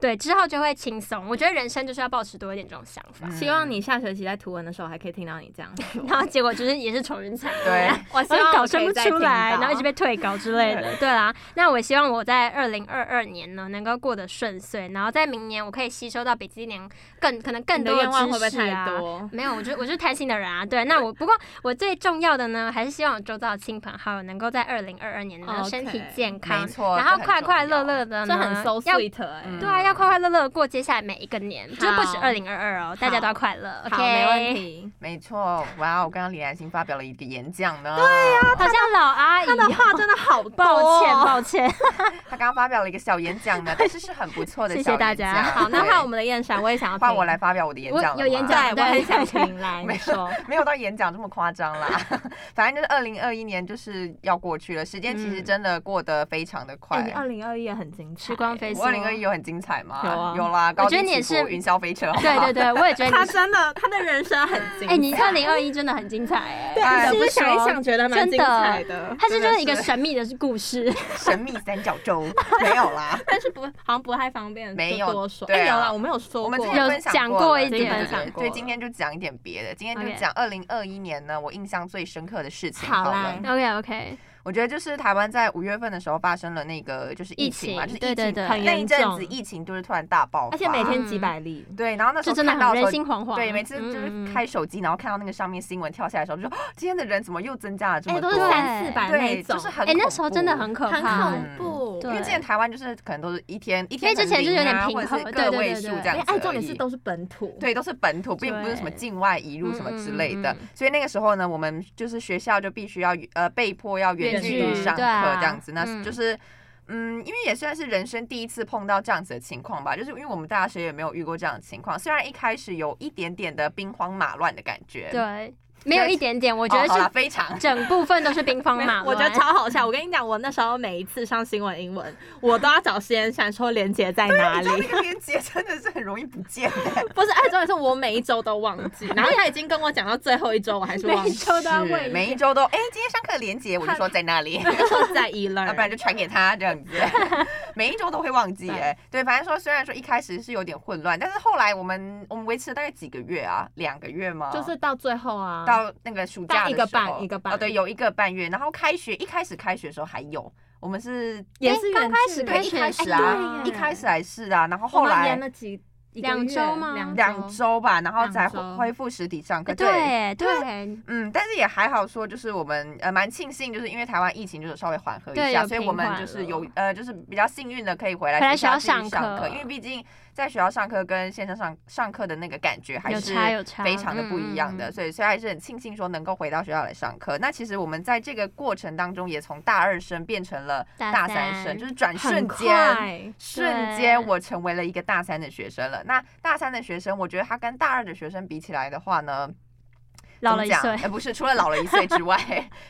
S3: 对之后就会轻松，我觉得人生就是要保持多一点这种想法，
S2: 嗯
S1: 希望你下学期在图文的时候还可以听到你这样说。
S3: 然后结果就是也是愁云惨雾。
S2: 对，
S1: 我
S3: 然后
S1: 我
S3: 稿
S1: 可
S3: 生
S1: 以
S3: 不
S1: 再听
S3: 出来，
S1: 到
S3: 然后一直被退稿之类的。对啦，那我希望我在二零二二年呢能够过得顺遂，然后在明年我可以吸收到比今年更可能更
S1: 你的
S3: 多
S1: 愿望会
S3: 知
S1: 不会
S3: 识
S1: 太
S3: 啊
S1: 多？
S3: 没有，我就我就是贪心的人啊。对，那我不过我最重要的呢，还是希望我周遭的亲朋好友能够在二零二二年能够身体
S1: OK，
S3: 健康
S2: 没错
S3: 然
S2: 这
S3: 后
S2: 很
S3: 快快
S2: 重要
S3: 乐乐的
S1: 这
S3: 呢，
S1: 很 so
S3: 要
S1: sweet 哎、
S2: 嗯
S3: 对啊，要快快乐乐地过接下来每一个年，就不止
S1: 好
S3: 二零二二哦，大家都要快乐。OK，
S1: 好，没问。题。
S2: 没错，哇哦！刚刚李兰心发表了一个演讲呢，对呀、
S3: 好像老阿姨哦，
S1: 话真的好
S3: 抱歉哦抱歉。
S2: 他刚刚发表了一个小演讲呢，但是是很不错的
S3: 谢谢
S2: 小演
S3: 大 家
S2: 讲
S1: 啊好，那
S2: 对
S1: 换我们的燕山，我也想要
S2: 换我
S1: 听
S2: 来。发表我的演
S3: 我
S2: 讲了吗，
S3: 有演讲
S1: 对，我很
S3: 对
S1: 想
S3: 对
S1: 听， 来，
S2: 没
S1: 你说。
S2: 没有到哎演讲这么夸张啦， 反正就是二零二一年就是要过去了，时间其实
S1: 嗯
S2: 真的过得非常的快。
S1: 哎，你二零二一也很精彩，
S3: 时光飞
S2: 我
S3: 速
S2: 二零二一有很精彩吗？
S1: 有啊
S2: 啦，
S3: 我
S2: 高
S3: 觉得
S2: 低
S3: 你也
S2: 起
S3: 是
S2: 伏云霄飞车，好不
S3: 对
S2: 好
S3: 对对，我也觉得
S1: 他
S3: 你是。
S1: 真的，他的人生很精彩。
S3: 哎、你二零二一真的很精 彩哎、
S1: 对，
S2: 哎
S1: 是不
S3: 不
S1: 是
S3: 是
S1: 想一
S3: 说
S1: 想觉得蛮
S3: 真
S1: 精
S3: 的
S1: 彩的？
S3: 它是
S2: 真的
S3: 就是一个
S2: 是
S3: 神秘的故事，
S2: 神秘三角洲没有啦，
S1: 但是不好像不太方便
S2: 没
S1: 就
S2: 有
S1: 多说。
S2: 对
S1: 哎，有
S2: 啊
S1: 啦，我没有说过。
S2: 我们之前
S3: 有
S2: 分享
S3: 讲过
S2: 过了
S3: 一
S2: 对
S3: 点
S2: 对
S1: 分享
S2: 对
S1: 过
S2: 对，
S1: 了
S2: 今天就讲一点别的，今天就
S3: OK
S2: 讲二零二一年呢，我印象最深刻的事情
S1: 好
S2: 好
S1: 啦
S2: 了。
S3: OK OK，
S2: 我觉得就是台湾在五月份的时候发生了那个就是疫情嘛，
S3: 疫情
S2: 就是疫
S3: 对对
S2: 情
S3: 对
S1: 很
S2: 那一
S1: 严
S2: 阵
S1: 重
S2: 子疫情就是突然大爆发，
S1: 而且每天
S3: 嗯
S1: 几百例，
S2: 对，然后那时
S3: 这
S2: 候
S3: 真的
S2: 看到
S3: 很
S2: 的时候
S3: 人心惶惶。嗯
S2: 对，每次就是开手机，然后看到那个上面新闻跳下来的时候，就说哦今天的人怎么又增加了这么
S1: 哎，
S2: 多？
S1: 都是
S3: 对
S1: 三四百那
S2: 对，
S1: 种
S2: 就是，
S3: 哎、
S2: 很
S3: 诶那时
S2: 恐
S3: 候
S2: 怖
S3: 真的很可
S1: 很
S3: 怕。
S1: 恐怖。
S3: 对
S2: 因为之前台湾就是可能都是一天一天
S3: 因为之前就是有点平
S2: 啊或者
S3: 衡
S2: 是
S3: 对
S2: 个
S3: 对
S2: 位
S3: 对
S2: 数
S3: 对
S2: 这样子而已。
S1: 哎，重点是都是本土，
S2: 对，都是本土，并不是什么
S1: 对
S2: 境外移入什么之类的
S3: 嗯嗯嗯，
S2: 所以那个时候呢，我们就是学校就必须要呃被迫要远
S3: 远
S2: 距离
S1: 距
S2: 上课
S3: 对啊
S2: 这样子，那
S3: 嗯
S2: 就是。嗯，因为也算是人生第一次碰到这样子的情况吧，就是因为我们大学也没有遇过这样的情况，虽然一开始有一点点的兵荒马乱的感觉，哦，
S3: 对，没有一点点，我
S2: 我
S3: 觉得是
S2: 非常
S3: 整部分都是兵荒
S1: 没
S3: 马
S1: 有
S3: 乱。
S1: 我觉得超好笑。我跟你讲，我那时候每一次上新闻英文，我都要找实验闪说连接在哪里。
S2: 那个 连接真的是很容易不见 的，
S1: 不是，哎，重点是我每一周都忘 记，然后他已经跟我讲到最后一周，我还是
S3: 每
S1: 忘
S3: 一
S1: 记。
S3: 周都要问
S2: 是
S3: 一
S2: 每一
S3: 遍
S2: 周都哎、今天上课的连接，我就说在那里。
S1: 那时候在 e l
S2: 啊要不然就传给他这样子，
S1: 哎
S2: 每一周都会忘记哎、对，反正说虽然说一开始是有点混乱，但是后来我们我们维持了大概几个月啊，两个月 吗？
S1: 就是到最后啊，
S2: 到那个暑假
S1: 到
S2: 的
S1: 一个
S2: 时候
S1: 半一个半
S2: 哦，对，有一个半月。然后开学一开始开学的时候还有，我们是
S1: 也
S3: 哎
S1: 是
S3: 刚
S1: 远
S3: 开
S1: 距
S3: 始
S1: 离
S3: 开
S2: 对一
S3: 学
S2: 开始啊
S3: 哎，
S2: 一
S3: 对耶
S2: 开始还是啊，然后
S1: 我
S2: 后
S1: 们延
S2: 来
S1: 了几一个
S3: 两
S1: 月
S3: 周吗
S1: 两
S2: 两周吧，然后才
S1: 两周
S2: 恢复实体上课。
S3: 哎对对
S2: 嗯，但是也还好说，就是我们呃蛮庆幸，就是因为台湾疫情就是稍微缓和
S3: 对
S2: 一下，
S3: 有
S2: 所以
S3: 平
S2: 我们
S3: 缓
S2: 就是
S3: 了
S2: 有呃就是比较幸运的可以回来
S3: 回来学校
S2: 继续上
S3: 上课
S2: 因为毕竟在学校上课跟线上上上课的那个感觉还
S3: 有
S2: 是
S3: 差有差，
S2: 非常的不一样
S3: 嗯
S2: 的，
S3: 嗯嗯
S2: 所以所以还是很庆幸说能够回到学校来上课。那其实我们在这个过程当中，也从大二生变成了
S3: 大
S2: 大三
S3: 三
S2: 生，就是转瞬
S1: 很
S2: 间。
S1: 快，
S2: 瞬间，
S3: 对
S2: 我成为了一个大三的学生了。那大三的学生，我觉得他跟大二的学生比起来的话呢，
S3: 老了一
S2: 怎么讲
S3: 岁
S2: 呃，不是，除了老了一岁 之外，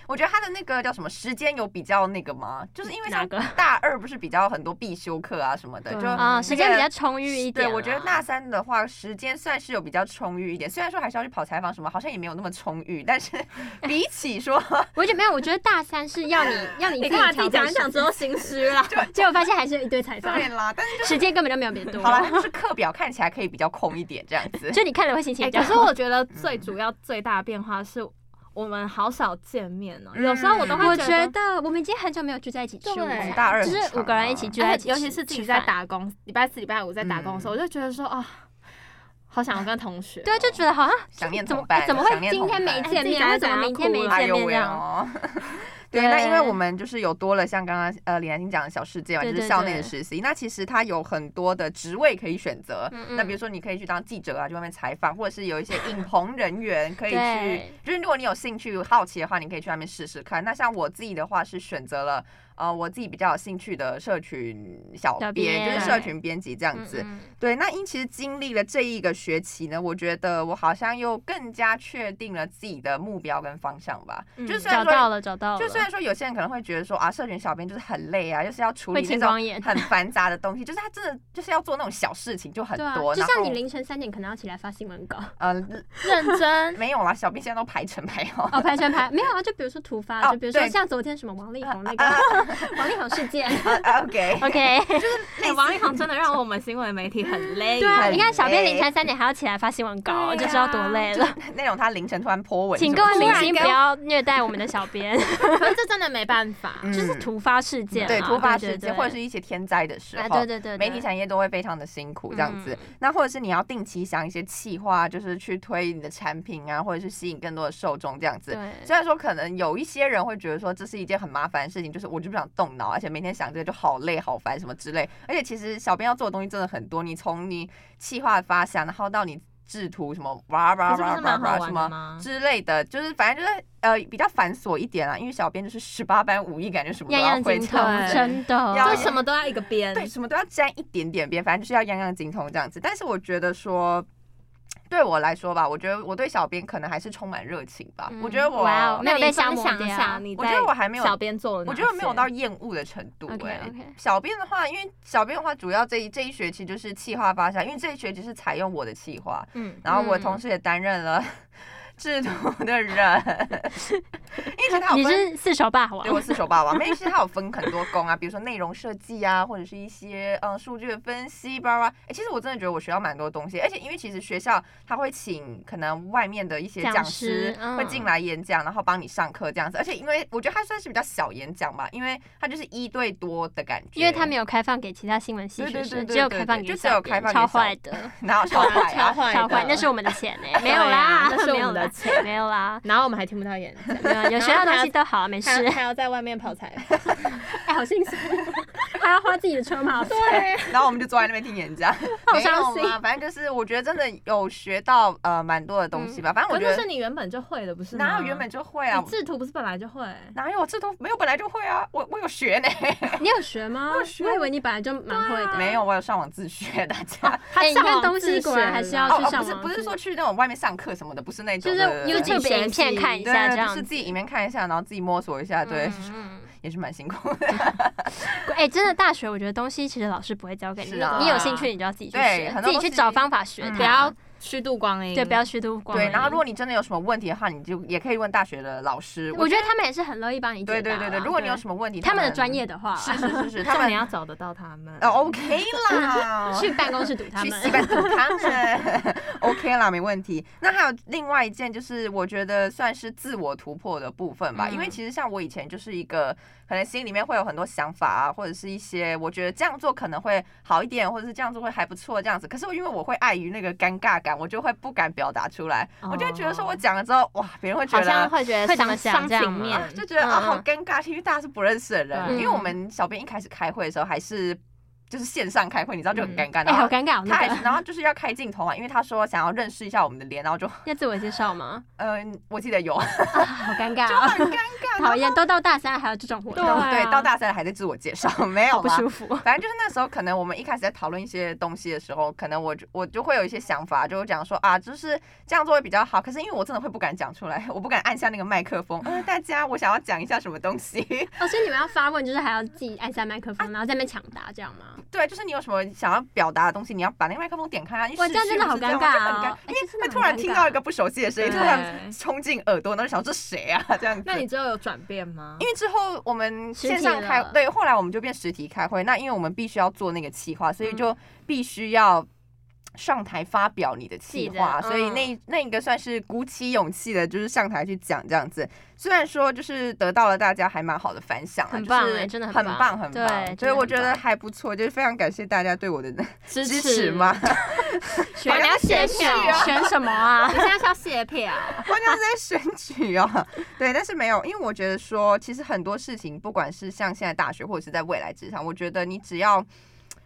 S2: 我觉得他的那个叫什么时间有比较那个吗？就是因为
S3: 哪
S2: 像
S3: 个
S2: 大二不是比较很多必修课啊什么的，
S1: 对
S2: 就
S1: 嗯
S3: 啊、
S2: 那
S3: 时间
S2: 个
S3: 比较充裕一点啊啦。
S2: 对，我觉得大三的话，时间算是有比较充裕一点，虽然说还是要去跑采访什么，好像也没有那么充裕，但 是比起说，
S3: 我觉得没有，我觉得大三是要你 要你
S1: 你
S3: 自
S1: 看完
S3: 己
S1: 自己讲
S3: 调整
S1: 一讲
S3: 时
S1: 之后心虚了，
S3: 间， 结果发现还是有一堆采访
S2: 对，啦，但是就
S3: 时间根本就没有别多。
S2: 好啦，就是课表看起来可以比较空一点这样子。
S3: 就你看了会心情
S1: 哎、
S3: 比较
S1: 可是
S3: 好。
S1: 我觉得最主要最大的变化是我们好少见面哦、
S2: 嗯
S1: 有时候我都会
S3: 我
S1: 觉
S3: 觉
S1: 得。
S3: 得我们已经很久没有聚在一起吃午
S1: 对
S3: 餐，
S2: 大二
S3: 就
S2: 很
S3: 是
S2: 长
S3: 五个人一
S2: 啊
S3: 起聚在
S1: 而
S3: 一起
S1: 且
S3: 吃，
S1: 哎尤其是自己在
S3: 吃饭，
S1: 打工，礼拜四、礼拜五在打工的时候，我就觉得说，哦，好想要跟同学哦、
S3: 对，就觉得好像
S2: 想念
S3: 怎么
S2: 同伴
S3: 哎怎么
S2: 想
S3: 会
S2: 念
S3: 今
S2: 同
S3: 天
S2: 伴
S3: 没见面，
S1: 哎
S3: 为
S1: 自己
S3: 什
S1: 讲
S3: 么
S1: 到
S3: 明天没
S1: 哭了
S2: 哎
S3: 见
S2: 呦
S3: 面这
S2: 喂
S3: 样？
S2: 哦。
S3: 对
S2: 对，那因为我们就是有多了像刚刚呃李兰心讲的小世界嘛，
S3: 对
S2: 就
S3: 对
S2: 是校内的实习。那其实它有很多的职位可以选择
S3: 嗯嗯，
S2: 那比如说你可以去当记者啊，去外面采访，或者是有一些影棚人员可以去
S3: 对，
S2: 就是如果你有兴趣好奇的话，你可以去外面试试看。那像我自己的话是选择了呃我自己比较有兴趣的社群小
S3: 小
S2: 编，
S3: 编
S2: 就是社群编辑这样子。
S3: 嗯
S2: 对，那因其实经历了这一个学期呢，我觉得我好像又更加确定了自己的目标跟方向吧。
S1: 嗯
S2: 就是虽然
S3: 找
S2: 说
S3: 到了，找到了，
S2: 就虽然说有些人可能会觉得说啊，社群小编就是很累啊，就是要处
S3: 会
S2: 理那
S3: 青
S2: 种
S3: 光眼。
S2: 很繁杂的东西，就是他真的就是要做那种小事情就很
S3: 对啊，
S2: 多，
S3: 就
S2: 然
S3: 像
S2: 后
S3: 你凌晨三点可能要起来发新闻稿，
S2: 呃
S1: 认真。
S2: 没有啦，小编现在都排成排好。
S3: 哦，排全排没有啊，就比如说突发，
S2: 哦
S3: 就比如说
S2: 对
S3: 像昨天什么王力 宏那
S2: 啊
S3: 个王力宏 事件
S2: 啊 OK，
S3: ，OK，
S1: 哎、王力宏真的让我们新闻媒体很累。
S3: 对啊，
S2: 很
S3: 你看小编
S2: 累
S3: 凌晨三点还要起来发新闻稿，
S1: 对
S3: 就知道多
S1: 啊
S3: 累
S2: 哎就
S3: 了。
S2: 是那种他凌晨突然泼文什
S3: 请
S2: 么
S3: 各
S2: 的，
S3: 位明
S1: 然
S3: 星
S1: 给
S3: 不
S1: 我
S3: 要虐待我们的小编，
S1: 可是这真的没办法。
S2: 嗯
S3: 就是突发事件啊，
S2: 对突发
S3: 对
S2: 事件
S3: 对
S2: 或者是一些天灾的时
S3: 啊，
S2: 候
S3: 对，对对，
S2: 媒体
S3: 想
S2: 产业都会非常的辛苦这样子。
S1: 嗯
S2: 那或者是你要定期想一些企划，就是去推你的产品啊，或者是吸引更多的受众这样子。
S3: 对，
S2: 虽然说可能有一些人会觉得说这是一件很麻烦的事情，就是我就不想动脑，而且每天想这个就好累好烦什么之类。而且其实小编要做的东西真的很多，你从你企划发想，然后到你制图什么哇
S1: 可
S2: 哇
S1: 是不是
S2: 哇哇
S1: 蛮好
S2: 哇什
S1: 玩的
S2: 么
S1: 吗？
S2: 之类的，就是反正就是呃比较繁琐一点啦。因为小编就是十八般武艺，感觉什么都
S3: 样
S2: 要
S3: 样
S2: 会
S3: 精
S2: 这
S3: 通
S2: 样，子。
S3: 真的
S2: 要
S1: 就什么都要一个编。
S2: 对，什么都要沾一点点边，反正就是要样样精通这样子。但是我觉得说，对我来说吧，我觉得我对小编可能还是充满热情吧。我觉得我，
S3: 哇哦
S1: 那
S3: 没有
S1: 你
S3: 被消
S1: 分
S3: 磨
S1: 享一
S3: 掉
S1: 下，你
S2: 我觉得
S1: 在
S2: 我还没有
S1: 小编做了哪
S2: 我
S1: 些，
S2: 觉得没有到厌恶的程度、欸。
S3: OK，OK
S2: 小编的话，因为小编的话，主要这一这一学期就是企划发想，因为这一学期是采用我的企划，
S1: 嗯，
S2: 然后我
S3: 嗯
S2: 同时也担任了 制图的人， 因为其实他
S3: 你
S2: 有分。
S3: 是四手霸王
S2: 对，，我四手 霸王，没有，其实它有分很多工啊，比如说内容设计啊，或者是一些嗯数据的分析，巴拉巴拉。哎，其实我真的觉得我学到蛮多东西，而且因为其实学校他会请可能外面的一些
S3: 讲
S2: 讲师
S3: 师
S2: 会
S3: 嗯
S2: 进来演讲，然后帮你上课这样子。而且因为我觉得他算是比较小演讲吧，因为他就是一对多的感觉，
S3: 因为他没有开放给其他新闻系
S2: 对
S3: 学
S2: 对
S3: 生，
S2: 对对
S3: 只有
S2: 对
S3: 开
S2: 对
S3: 放
S2: 就
S3: 给
S2: 只
S3: 小
S2: 有
S3: 编
S2: 开放
S3: 超
S2: 给小
S3: 坏的，
S2: 哪有超 坏啊？
S1: 坏
S3: 超坏，
S1: 的
S3: 那是我们的钱哎，没有
S1: 对
S3: 啦
S1: 啊，那是
S3: 没
S1: 我
S3: 有
S1: 们的
S3: 啦，
S1: 钱
S3: 没有啦，
S1: 然后我们还听不到演讲，
S3: 没有啊有学到东西都好，没事
S1: 还， 还要在外面跑采访。
S3: 哎，好心酸，还要花自己的车马费，
S2: 然后我们就坐在那边听演讲，
S3: 好
S2: 没
S3: 伤
S2: 有
S3: 心
S2: 啦，反正就是我觉得真的有学到呃蛮多的东西
S3: 嗯
S2: 吧。反正我
S1: 可
S2: 觉
S1: 是
S2: 得
S1: 是你原本就会的，不是吗？
S2: 哪有原本就会啊
S1: 你，制图不是本来就会？
S2: 哪有这都没有本来就会啊，我我有学呢。
S3: 你有学吗？
S2: 有学啊
S3: 我以为你本来就蛮会 的，
S2: 没有，我有上网自学，大家。
S1: 他
S3: 哎你看
S1: 上网
S3: 东
S1: 自
S3: 西果然
S1: 学
S3: 还是
S1: 了
S3: 要
S2: 哦
S3: 去
S2: 哦，
S3: 上
S2: 不是
S3: 网
S2: 不
S3: 自
S2: 是说
S3: 学
S2: 去那种外面上课什么的，不是那种
S3: 就是
S2: 的。
S1: 己
S3: YouTube 影片看一
S2: 对
S3: 下这
S2: 对，就
S3: 样
S2: 是
S3: 子，
S2: 自己影片看一下，然后自己摸索一下，对，
S3: 嗯
S2: 也是蛮辛苦的。
S3: 哎、真的，大学我觉得东西其实老师不会教给你，
S2: 是啊
S3: 你有兴趣你就要自己去
S2: 对
S3: 学，
S2: 很
S3: 自
S2: 多
S3: 己
S2: 东西
S3: 去找方法学它，
S2: 嗯
S1: 不要虚度光阴。
S3: 对，不要虚度光阴。
S2: 对，然后如果你真的有什么问题的话，你就也可以问大学的老师。
S3: 我觉得他们也是很乐意帮你解答
S2: 对
S3: 啦。
S2: 对对对，如果你有什么问题，
S3: 他们的专业的话，
S2: 是是是 是，他
S1: 重点
S2: 们
S1: 要找得到他们。
S2: 呃 OK 啦，
S3: 去办公室堵他
S2: 去
S3: 们
S2: 西。班牙他 们 OK 啦，没问题。那还有另外一件，就是我觉得算是自我突破的部分吧，
S1: 嗯
S2: 因为其实像我以前就是一个可能心里面会有很多想法啊，或者是一些我觉得这样做可能会好一点，或者是这样做会还不错这样子。可是我因为我会碍于那个尴尬感，我就会不敢表达出来，我就会觉得说我讲了之后，哇，别人会觉
S1: 好
S2: 得
S1: 像会觉得
S3: 哦会怎么
S1: 伤
S3: 想这
S1: 伤
S3: 样
S1: 情
S3: 吗
S1: 面
S2: 啊，就觉得啊、
S3: 嗯嗯嗯
S2: 好尴尬，因为大家是不认识的人，
S1: 对
S2: 因为我们小编一开始开会的时候还是。就是线上开会，你知道就很尴尬，
S3: 哎、
S2: 然后
S3: 好尴尬、哦，
S2: 他
S3: 那
S2: 还
S3: 个
S2: 是，然后就是要开镜头嘛，因为他说想要认识一下我们的脸，然后就， 呃
S3: 要自我介绍吗？
S2: 嗯、我记得有，
S3: 啊好尴尬、
S2: 就
S3: 哦。
S2: 很尴尬，
S3: 讨厌，都到大三了还有这种活动
S1: 对，啊
S2: 对，到大三了还在自我介绍，没有
S3: 好不
S2: 啦
S3: 舒服。
S2: 反正就是那时候，可能我们一开始在讨论一些东西的时候，可能我就我就会有一些想法，就会讲说啊，就是这样做会比较好。可是因为我真的会不敢讲出来，我不敢按下那个麦克风。呃，大家，我想要讲一下什么东西？
S3: 哦，所以你们要发问，就是还要自己按下麦克风，然后在那边抢答，这样吗？
S2: 对，就是你有什么想要表达的东西，你要把那个麦克风点开啊。因为
S3: 哇
S2: 视
S3: 这样真的
S2: 讯
S3: 好
S2: 是这样
S3: 尴尬
S2: 就很
S3: 哦
S2: 尴
S3: 哎
S2: 因
S3: 这真
S2: 为会
S3: 的
S2: 突
S3: 很
S2: 然
S3: 尴
S2: 听
S3: 尬
S2: 到一个不熟悉的声音，突
S1: 对
S2: 然冲进耳朵，然后就想这谁啊？ 这样子。
S1: 那你之后有转变吗
S2: 因？为之后我们
S3: 实
S2: 线
S3: 体
S2: 上开
S3: 了
S2: 对，后来我们就变实体开会。那因为我们必须要做那个企划，所以
S3: 嗯
S2: 就必须要上台发表你的企划，
S1: 自己的
S2: 所以
S1: 嗯
S2: 那那一个算是鼓起勇气的，就是上台去讲这样子。虽然说就是得到了大家还蛮好的反响啊，
S3: 很棒
S2: 就
S3: 哎
S2: 是
S3: 真的很
S2: 很
S3: 棒
S2: 棒，很
S3: 对真的
S2: 所以我
S3: 很
S2: 觉得
S3: 棒
S2: 还不错，就是非常感谢大家对我的
S1: 支
S2: 支持嘛。
S3: 选你要
S1: 选
S3: 选
S1: 举
S3: 选
S1: 啊
S3: 选什么啊
S1: 你？现在是要卸 票？
S2: 关键是在选举哦， 对，但是没有，因为我觉得说，其实很多事情，不管是像现在大学，或者是在未来职场，我觉得你只要，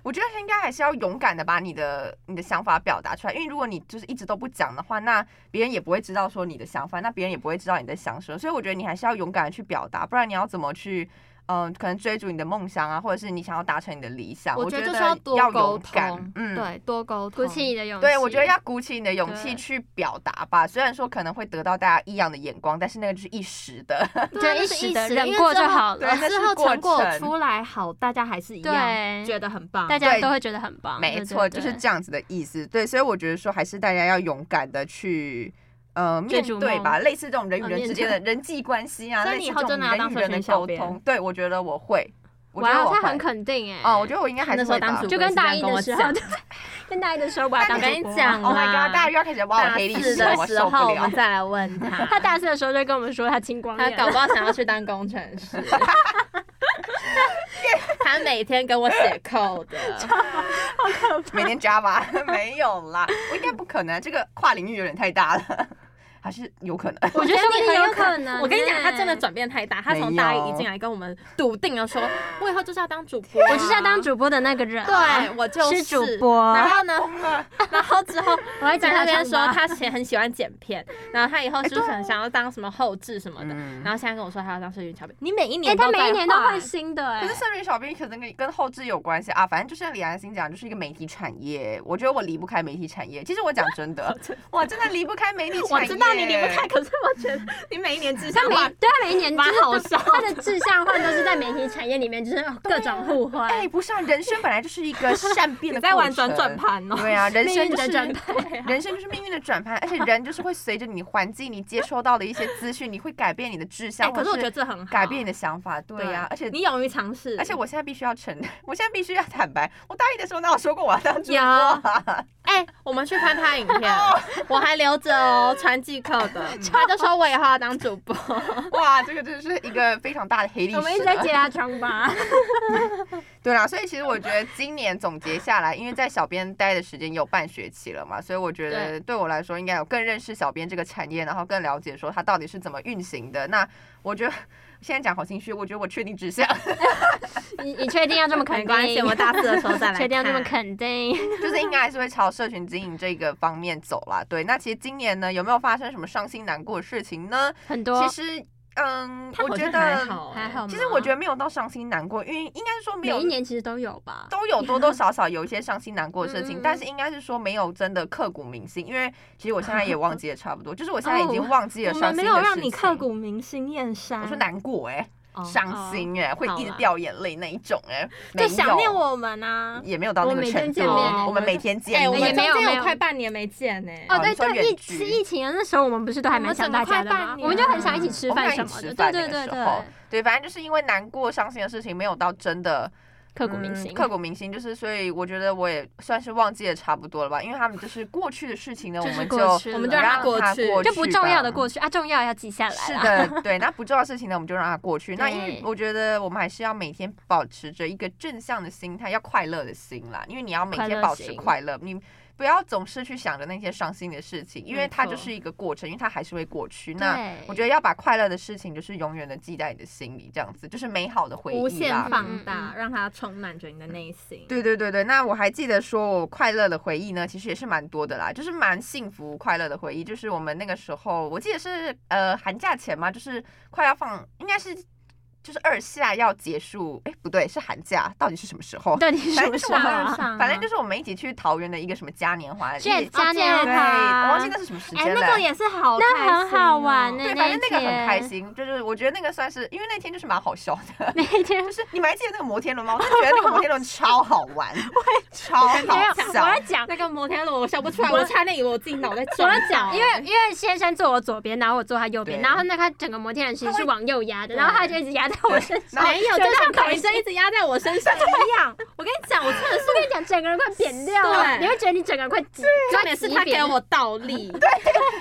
S2: 我觉得应该还是要勇敢的把你的你的想法表达出来，因为如果你就是一直都不讲的话，那别人也不会知道说你的想法，那别人也不会知道你在想什么，所以我觉得你还是要勇敢的去表达，不然你要怎么去？嗯、可能追逐你的梦想啊，或者是你想要达成你的理想，我
S1: 觉得
S2: 得
S1: 就是要多
S2: 要
S1: 沟
S2: 勇敢
S1: 通，，
S2: 嗯，
S1: 对，多沟通。
S3: 鼓起你的勇气。
S2: 对，我觉得要鼓起你的勇气
S3: 对
S2: 去表达吧。虽然说可能会得到大家异样的眼光，但是那个就是一时的。
S3: 对
S1: 对，
S3: 一
S1: 啊就是
S3: 时
S1: 一
S3: 的
S1: 时
S3: 忍
S1: 因为
S3: 过
S1: 之
S3: 就
S1: 后啊
S3: 好了
S2: 对那
S1: 之
S2: 是
S1: 后
S2: 过
S1: 成果
S2: 程
S1: 出来好，大家还是一样
S3: 对，
S1: 觉得很棒。
S3: 大家
S2: 对
S3: 都会觉得很棒。
S2: 没
S3: 对
S2: 错，就
S3: 对
S2: 是
S3: 对
S2: 这样子的意思。对，所以我觉得说还是大家要勇敢的去。呃，面
S3: 逐
S2: 对
S3: 梦
S2: 吧，类似这种人与
S3: 呃
S2: 人
S3: 面
S2: 之间的人际关系啊，
S1: 哦 所以
S2: 类
S1: 你
S2: 似
S1: 以后
S2: 这种
S1: 真的要当
S2: 人与
S1: 社
S2: 人
S1: 群
S2: 的
S1: 小
S2: 沟
S1: 编哦
S2: 通。对，我觉得我会，我觉
S3: 哇，
S2: 得我
S3: 他很
S2: 会。
S3: 肯定哎。
S2: 哦，我觉得我应该还
S1: 那
S2: 是
S1: 时候
S2: 会
S1: 当
S2: 吧
S1: 主。
S3: 就跟大一的时候
S1: 我也是这样跟我，
S3: 跟大一的时候我要
S2: 但
S3: 当
S1: 我跟
S3: 主
S1: 你
S3: 播
S1: 讲
S2: Oh my god！大家
S1: 啦
S2: 又要开始挖我
S1: 啊大
S2: 哦黑历
S1: 四
S2: 史
S1: 的
S2: 了，我
S1: 时
S2: 受不
S1: 候，我
S2: 了
S1: 们。再来问他。
S3: 他大四的时候就跟我们说他青光
S1: 他
S3: 眼，
S1: 搞不好想要去当工程师， 他每天跟我写 code，
S2: 每天 Java 没有啦，我应该不可能，啊这个跨领域有点太大了， 还是有可能。
S3: 我觉得说不定
S1: 你
S3: 有可能
S1: 我跟你讲，
S3: 耶
S1: 他真的转变太大，他从
S2: 没有
S1: 大一一进来跟我们笃定的 说，我以后就是要当主播，
S3: 我就是要当，主播的那个人。啊
S1: 对我就是
S3: 主播
S1: 然后呢，
S2: 疯了
S1: 然后之 后
S3: 我还
S1: 在
S3: 讲
S1: 那
S3: 他
S1: 边说
S3: 他
S1: 他喜很喜欢剪片，然后他以后就是很想要当什么后置什么的，
S2: 哎啊嗯
S1: 然后现在跟我说他要当社群小编，你每一
S3: 哎，
S1: 年
S3: 他
S1: 在
S3: 每一年都
S1: 换
S3: 会新的哎
S2: 可是。社群小编可能跟跟后置有关系啊，反正就像李安心讲，就是一个媒体产业，我觉得我离不开媒体产业。其实我讲真 的，我真的离不开媒体产
S1: 我
S2: 业。
S1: 知道你离不开，可是我觉得你每一年只想
S3: 他每
S1: 换，
S3: 对他每一年就
S1: 蛮
S3: 是
S1: 好笑
S3: 他的志向换都是在媒体产业里面，就是哦各种互换。
S2: 哎，不是啊，人生本来就是一个善变
S1: 你
S2: 的
S1: 在玩
S2: 过
S1: 转
S2: 程
S1: 转。盘 哦，
S2: 对啊，人
S1: 命
S2: 生
S1: 运
S2: 就
S1: 的
S2: 是
S1: 转
S3: 啊
S1: 盘。
S2: 人生就是命运的转盘，而且人就是会随着你环境、你接收到的一些资讯，你会改变你的志向，
S1: 哎，可是
S2: 或
S1: 我
S2: 者
S1: 觉得这很好，
S2: 改变你的想法。对
S3: 啊
S2: 呀、而且
S1: 你勇于尝试，
S2: 而且我现在必须要承认，我现在必须要坦白，我大一的时候哪有说过我要当主播、
S1: 有哦
S2: 啊？
S1: 哎、我们去翻他影片，我还留着哦，传寄扣的，他就说我以后要当主 播，
S2: 哇，这个真的是一个非常大的黑历史。
S3: 我们一直在揭他疮疤。
S2: 对啦，所以其实我觉得今年总结下来，因为在小编待的时间有半学期了嘛，所以我觉得对我来说应该有更认识小编这个产业，然后更了解说它到底是怎么运行的。那我觉得现在讲好心虚，我觉得我确定 志向，
S3: 你你确定要这么肯 定？
S1: 没关系，我们大四的时候再来看。
S3: 确定要这么肯定？
S2: 就是应该还是会朝社群经营这个方面走啦。对，那其实今年呢，有没有发生什么伤心难过的事情呢？
S3: 很多
S2: 其实，嗯，
S1: 他
S2: 我
S1: 好
S2: 觉
S1: 像
S2: 得
S1: 还好哎、
S3: 还好吗。
S2: 其实我觉得没有到伤心难过，因为应该是说没
S3: 每
S2: 有
S3: 一年其实都有吧。
S2: 都有多多少少有一些伤心难过的事
S3: 嗯嗯
S2: 情
S3: 嗯，
S2: 但是应该是说没有真的刻骨铭心，因为其实我现在也忘记了差不多，就是我现在已经忘记了
S1: 我
S2: 伤
S1: 们没
S2: 心的事
S1: 有
S2: 情。
S1: 让你刻，骨铭心燕山，
S2: 我说难过哎、
S1: 哦
S2: 伤心哎、会一直
S1: 好啦
S2: 掉眼泪那一种哎、没
S1: 就
S2: 有
S1: 想念，我们啊。
S2: 也没有到那
S3: 我
S2: 个
S3: 每
S2: 程
S3: 天
S2: 度
S3: 见
S1: 面欸。
S2: 我们每天见
S1: 哎、
S2: 面，
S1: 我们
S3: 也没有
S1: 中间
S3: 没有
S1: 快半年没见欸呢、
S3: 哦，
S2: 哦
S3: 对
S2: 你说
S3: 对，疫
S2: 远距
S3: 是疫情的那时候，我们不是都还蛮想大家的
S1: 我们快
S3: 吗
S1: 半？年
S3: 我们就很想一起吃
S2: 啊嗯我们
S3: 饭
S2: 一起
S3: 什么的。
S2: 吃
S3: 对
S2: 饭
S3: 对
S2: 那
S3: 对
S2: 个
S3: 对
S2: 时，候对，反正就是因为难过、伤心的事情没有到真的
S3: 刻骨铭心。
S2: 嗯刻骨铭心。就是所以我觉得我也算是忘记的差不多了吧，因为他们就是过去的事情呢，我
S3: 就是
S2: 们
S3: 过
S2: 就
S3: 去
S1: 我们就
S3: 了
S1: 让
S2: 它
S1: 它过
S2: 去
S1: 去，
S2: 吧，
S3: 就不重要的过去啊，重要要记下来
S2: 是
S3: 啦。
S2: 的， 对，那不重要的事情呢，我们就让它过去。那因为
S3: 对
S2: 我觉得我们还是要每天保持着一个正向的心态，要快乐的心啦，因为你要每
S3: 快乐
S2: 天保持
S3: 心
S2: 快乐，你。不要总是去想着那些伤心的事情，因为
S3: 没
S2: 它就
S3: 错
S2: 是一个过程，因为它还是会过去。那
S3: 对，
S2: 我觉得要把快乐的事情，就是永远的记在你的心里，这样子就是美好的回忆啦。
S1: 无限放
S3: 嗯
S1: 大
S3: 嗯，
S1: 让它充满着你的内心。
S2: 对对对对，那我还记得说我快乐的回忆呢，其实也是蛮多的啦，就是蛮幸福快乐的回忆，就是我们那个时候，我记得是呃寒假前嘛，就是快要放，应该是就是二夏要结束，哎不对，是寒假，到底是什么时候？
S3: 到底是
S2: 反正就
S3: 什么
S2: 是
S3: 事
S2: 我
S3: 啊？
S2: 们，反正就是哎我们一起去桃园的一个什么嘉年华，
S3: 这
S2: 一起
S3: 嘉年
S2: 对，我忘记
S3: 华
S2: 那，是什么时
S1: 哎、
S2: 间了。
S1: 那个也是好开心哦、
S3: 那很好玩欸呢
S2: 对，反正那个很
S3: 那一
S2: 开
S3: 天
S2: 心，就是我觉得那个算是，因为那天就是蛮好笑的，
S3: 那一天
S2: 就是你们还记得那个摩天轮吗？我真的觉得那个摩天轮超好玩，超
S3: 没有，
S2: 好
S3: 我
S2: 笑
S3: 要。讲，
S1: 那个摩天轮我笑不出来，我差点以为我自己脑袋
S3: 我
S1: 撞到。
S3: 要讲，因为因为先生坐我左边，然后我坐他右边，
S2: 对
S3: 然后那个整个摩天轮其
S2: 他
S3: 实
S2: 会
S3: 是往右压的，
S2: 对
S3: 然后他就一直压在我身上。
S2: 然后
S1: 没有，
S3: 觉
S1: 就
S3: 得
S1: 像
S3: 很开
S1: 腿
S3: 心
S1: 针一直压在我身上一样。 我跟你讲，我真的是
S3: 我跟你讲，整个人快扁掉了，
S1: 对
S3: 你会觉得你整个人快挤，
S1: 重点是他给我倒 立，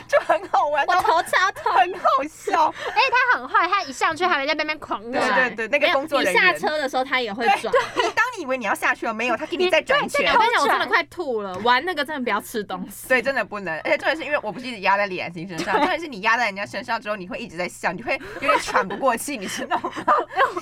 S2: 就很好玩，
S1: 我
S2: 然后
S1: 头超痛。
S2: 很好笑。
S3: 哎，他很坏，他一上去还会在那边狂
S2: 嗯对
S3: 甩。
S2: 对对，那个工作
S1: 你
S2: 人
S1: 下
S2: 员，
S1: 车的时候他也会
S2: 对
S1: 转。
S2: 你当你以为你要下去了，没有，他给你再转一
S1: 我。
S2: 圈
S1: 跟你
S3: 对
S1: 讲，我真的快吐了。玩那个真的不要吃东 西。
S2: 对，真的不能，而且重点是因为我不是一直压在李兰心身上，重点是你压在人家身上之后，你会一直在笑，你会有点喘不过气，你知道吗？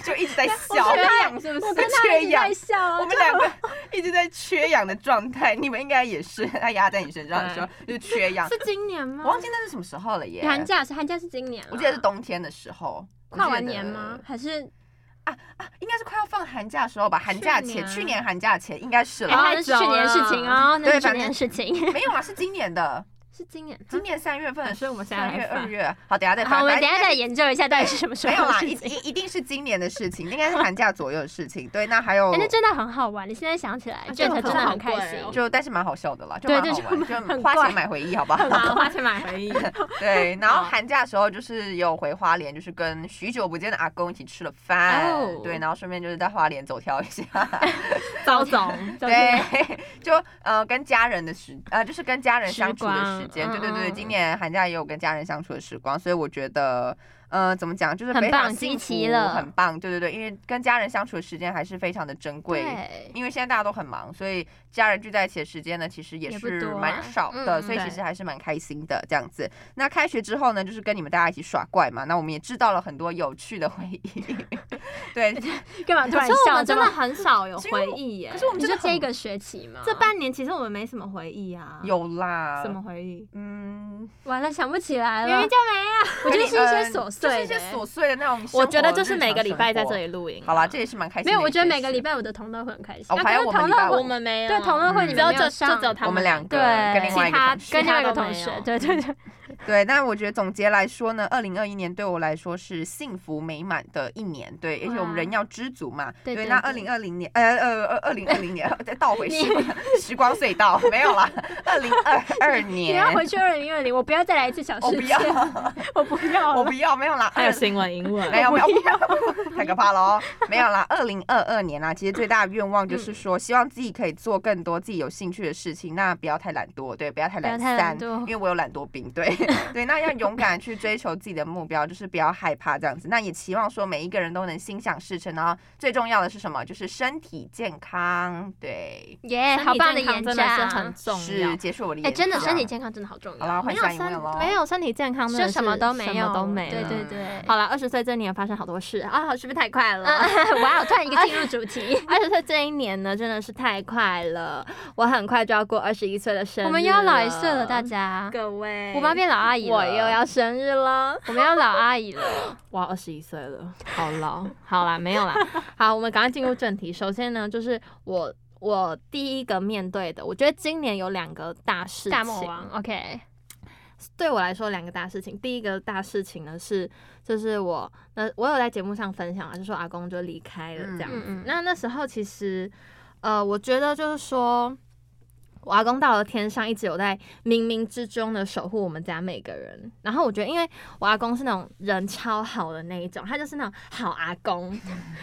S2: 就一直在笑，
S1: 缺氧是不
S3: 我
S1: 是
S3: 跟？他一直在笑
S2: 我
S3: 哦，
S2: 们两个一直在缺氧的状态，你们应该也是，他压在你身上的时候就是缺氧。
S1: 是今年
S2: 我
S1: 吗？
S2: 忘记那是什么时候了耶，
S3: 寒假是寒假是今年了，
S2: 我记得是冬天的时候，我
S3: 啊跨
S2: 记
S3: 完
S2: 得
S3: 年吗？？还是
S2: 啊，应该是快要放寒假的时候吧，寒假前，
S3: 年啊
S2: 去年寒假前应该是
S1: 哎
S2: 了。
S1: 太
S3: 哦那是
S1: 久
S3: 去年的事情哦，那
S2: 对
S3: 是
S2: 反
S3: 去年的事 情，
S2: 没有啊，是今年的，
S3: 是今年。
S2: 今年三月
S1: 还
S3: 哦
S2: 份，
S1: 是我们现在
S2: 三月、
S1: 来翻
S2: 二月。好，等一下再翻。
S3: 好，我们
S2: 反
S3: 等
S2: 正
S3: 一下再研究一下到底是什么时
S2: 没有
S3: 候的
S2: 啦，
S3: 事
S2: 一
S3: 情。
S2: 一一定是今年的事情，应该是寒假左右的事情。对，那还有
S1: 哦
S3: 哎，那真的很好玩，你现在想起
S2: 啊
S3: 来，
S1: 这个
S3: 这才
S1: 很
S3: 真的
S1: 好
S3: 很开
S1: 玩
S3: 心
S1: 哦。
S2: 就，但是蛮好笑的啦，就
S3: 对
S2: 蛮好玩，
S3: 这就
S2: 就
S3: 很
S2: 花
S3: 怪
S2: 钱买回忆， 好不好？
S1: 然后花钱买 回忆，
S2: 对，然后
S1: 好
S2: 寒假的时候就是有回花莲，就是跟许久不见的阿公一起吃了饭
S3: 哦
S2: 对，然后顺便就是在花莲走跳一下，
S1: 赵 总，
S2: 对， 就呃跟家人的时呃就是跟家人
S3: 时
S2: 相处的时
S3: 光
S2: 间，对对对，
S3: 嗯嗯
S2: 今
S3: 嗯
S2: 年寒假也有跟家人相处的时光，所以我觉得呃怎么讲就是
S3: 很
S2: 非常
S3: 棒
S2: 幸
S3: 集齐
S2: 福
S3: 了
S2: 很棒，对对对，因为跟家人相处的时间还是非常的珍贵。
S3: 对，
S2: 因为现在大家都很忙，所以家人聚在一起的时间呢，其实也
S3: 也不
S2: 是
S3: 多啊
S2: 蛮少
S3: 嗯
S2: 的，
S3: 嗯
S2: 所以其
S1: 对
S2: 实还是蛮开心的这样子。那开学之后呢，就是跟你们大家一起耍怪嘛，那我们也制造了很多有趣的回忆。 对，
S3: 干嘛突
S1: 可
S3: 然
S1: 是我
S3: 笑
S1: 们
S3: 这
S1: 真的
S3: 么？
S1: 很少有
S2: 所以我
S1: 回忆耶
S2: 可。是我们
S3: 你
S2: 真
S3: 说
S2: 的
S3: 这
S2: 很
S3: 一个学期吗？
S1: 这半年其实我们没什么回忆啊。
S2: 有啦，
S1: 什么回忆？
S2: 嗯，
S3: 完了想不起来
S1: 明
S3: 了
S1: 明，就没有。
S3: 我觉得是一些
S2: 嗯
S3: 琐
S2: 就是
S3: 碎
S2: 一些
S3: 的。
S2: 琐碎的那种。
S1: 我觉得就是每个礼拜在这
S2: 里。
S1: 里录音。
S2: 好啦，这也是蛮开心的
S3: 没
S2: 一件事。
S3: 有，我觉得每个礼拜我的同乐会很开心。
S2: 哦
S3: 啊那
S2: 还有
S3: 可是
S2: 我们
S3: 同
S2: 礼拜
S3: 乐
S2: 五
S1: 我们没有，
S3: 对同乐会
S2: 嗯
S3: 你
S1: 只有
S3: 们
S1: 这
S3: 有
S1: 这只有
S3: 上，
S1: 他
S2: 我们两个跟另
S3: 对，
S2: 外一
S3: 其
S2: 个
S3: 他
S2: 同学
S3: 跟另外一个
S1: 其他都
S3: 同
S1: 没有
S3: 学，对对 对，
S2: 对，那我觉得总结来说呢，二零二一年对我来说是幸福美满的一年，对，而且我们
S3: 哇
S2: 人要知足嘛，
S3: 对对
S2: 那二
S3: 对
S2: 零二零年，呃呃呃，二零二零年再倒回时光时光隧道，没有啦，二零二二
S3: 你
S2: 年
S3: 要，回去二零二零，我不要再来一次小
S2: 我不
S3: 事情，
S2: 要，
S3: 我不要
S2: 我
S3: 了
S2: 不。要，没有啦，
S1: 还有
S2: 20
S1: 新闻英 文，
S2: 没有没有，太可怕了哦！没有啦，二零二二年啦，啊其实最大的愿望就是说，希望自己可以做更多自己有兴趣的事情，那不要太懒惰，对，不要太
S3: 不要
S2: 懒散
S3: 太懒，惰
S2: 因为我有懒惰病，对对，那要勇敢地去追求自己的目标，就是不要害怕这样子。那也期望说每一个人都能心想事成，然后最重要的是什么？就是身体健康，对，
S1: 哎
S3: 耶，好棒的
S1: 真
S3: 演
S1: 的是
S3: 讲
S1: 很！重要
S2: 是。结束我的演
S3: 哎，真的
S2: 讲
S3: 身体健康真的好重
S2: 好啦，
S3: 要，
S2: 换
S1: 没有
S2: 下一位
S1: 身
S2: 喽，
S1: 没有身体健康，
S3: 就什么都没
S1: 什
S3: 有，
S1: 么都没
S3: 对
S1: 了
S3: 对对。
S1: 好了，二十岁这年发生好多事啊，是不是太快了？
S3: 嗯 哇，我突然一个进入主题，
S1: 二十岁这一年呢，真的是太快了，我很快就要过二十一岁的生日，
S3: 我们又要老一岁了，大家，
S1: 各位，
S3: 我们要变老阿姨了，
S1: 我又，要生日了，
S3: 我们要老阿 姨了，
S1: 我要二十一岁了，好老，好啦，没有 啦，好，我们赶快进入正题。首先呢，就是我我第一个面对的，我觉得今年有两个大事情，
S3: 大魔王，OK，
S1: 对我来说两个大事情。第一个大事情呢是，就是我那我有在节目上分享啊，就说阿公就离开了这样。
S3: 嗯嗯嗯
S1: 那那时候其实，呃，我觉得就是说。我阿公到了天上，一直有在冥冥之中的守护我们家每个人。然后我觉得，因为我阿公是那种人超好的那一种，他就是那种好阿公，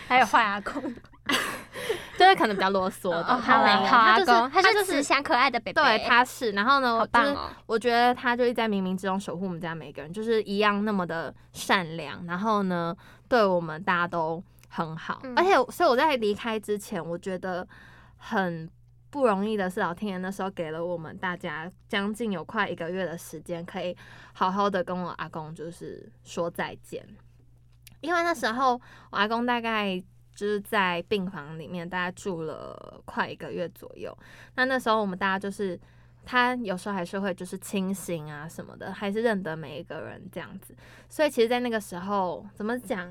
S3: 还有坏 阿公，
S1: 就是可能比较啰嗦的。
S3: 哦
S1: 他
S3: 好
S1: 没
S3: 啦
S1: 有，
S3: 好
S1: 他
S3: 阿
S1: 就是
S3: 公，他
S1: 他
S3: 是
S1: 就
S3: 慈
S1: 是
S3: 祥可爱的北北，
S1: 对，他是。然后呢，
S3: 好
S1: 就
S3: 棒
S1: 是
S3: 哦，
S1: 我觉得他就是在冥冥之中守护我们家每一个人，就是一样那么的善良，然后呢，对我们大家都很好。
S3: 嗯
S1: 而且，所以我在离开之前，我觉得很不容易的是，老天爷那时候给了我们大家将近有快一个月的时间，可以好好的跟我阿公就是说再见。因为那时候我阿公大概就是在病房里面，大概住了快一个月左右。那那时候我们大家就是他有时候还是会就是清醒啊什么的，还是认得每一个人这样子。所以其实，在那个时候怎么讲，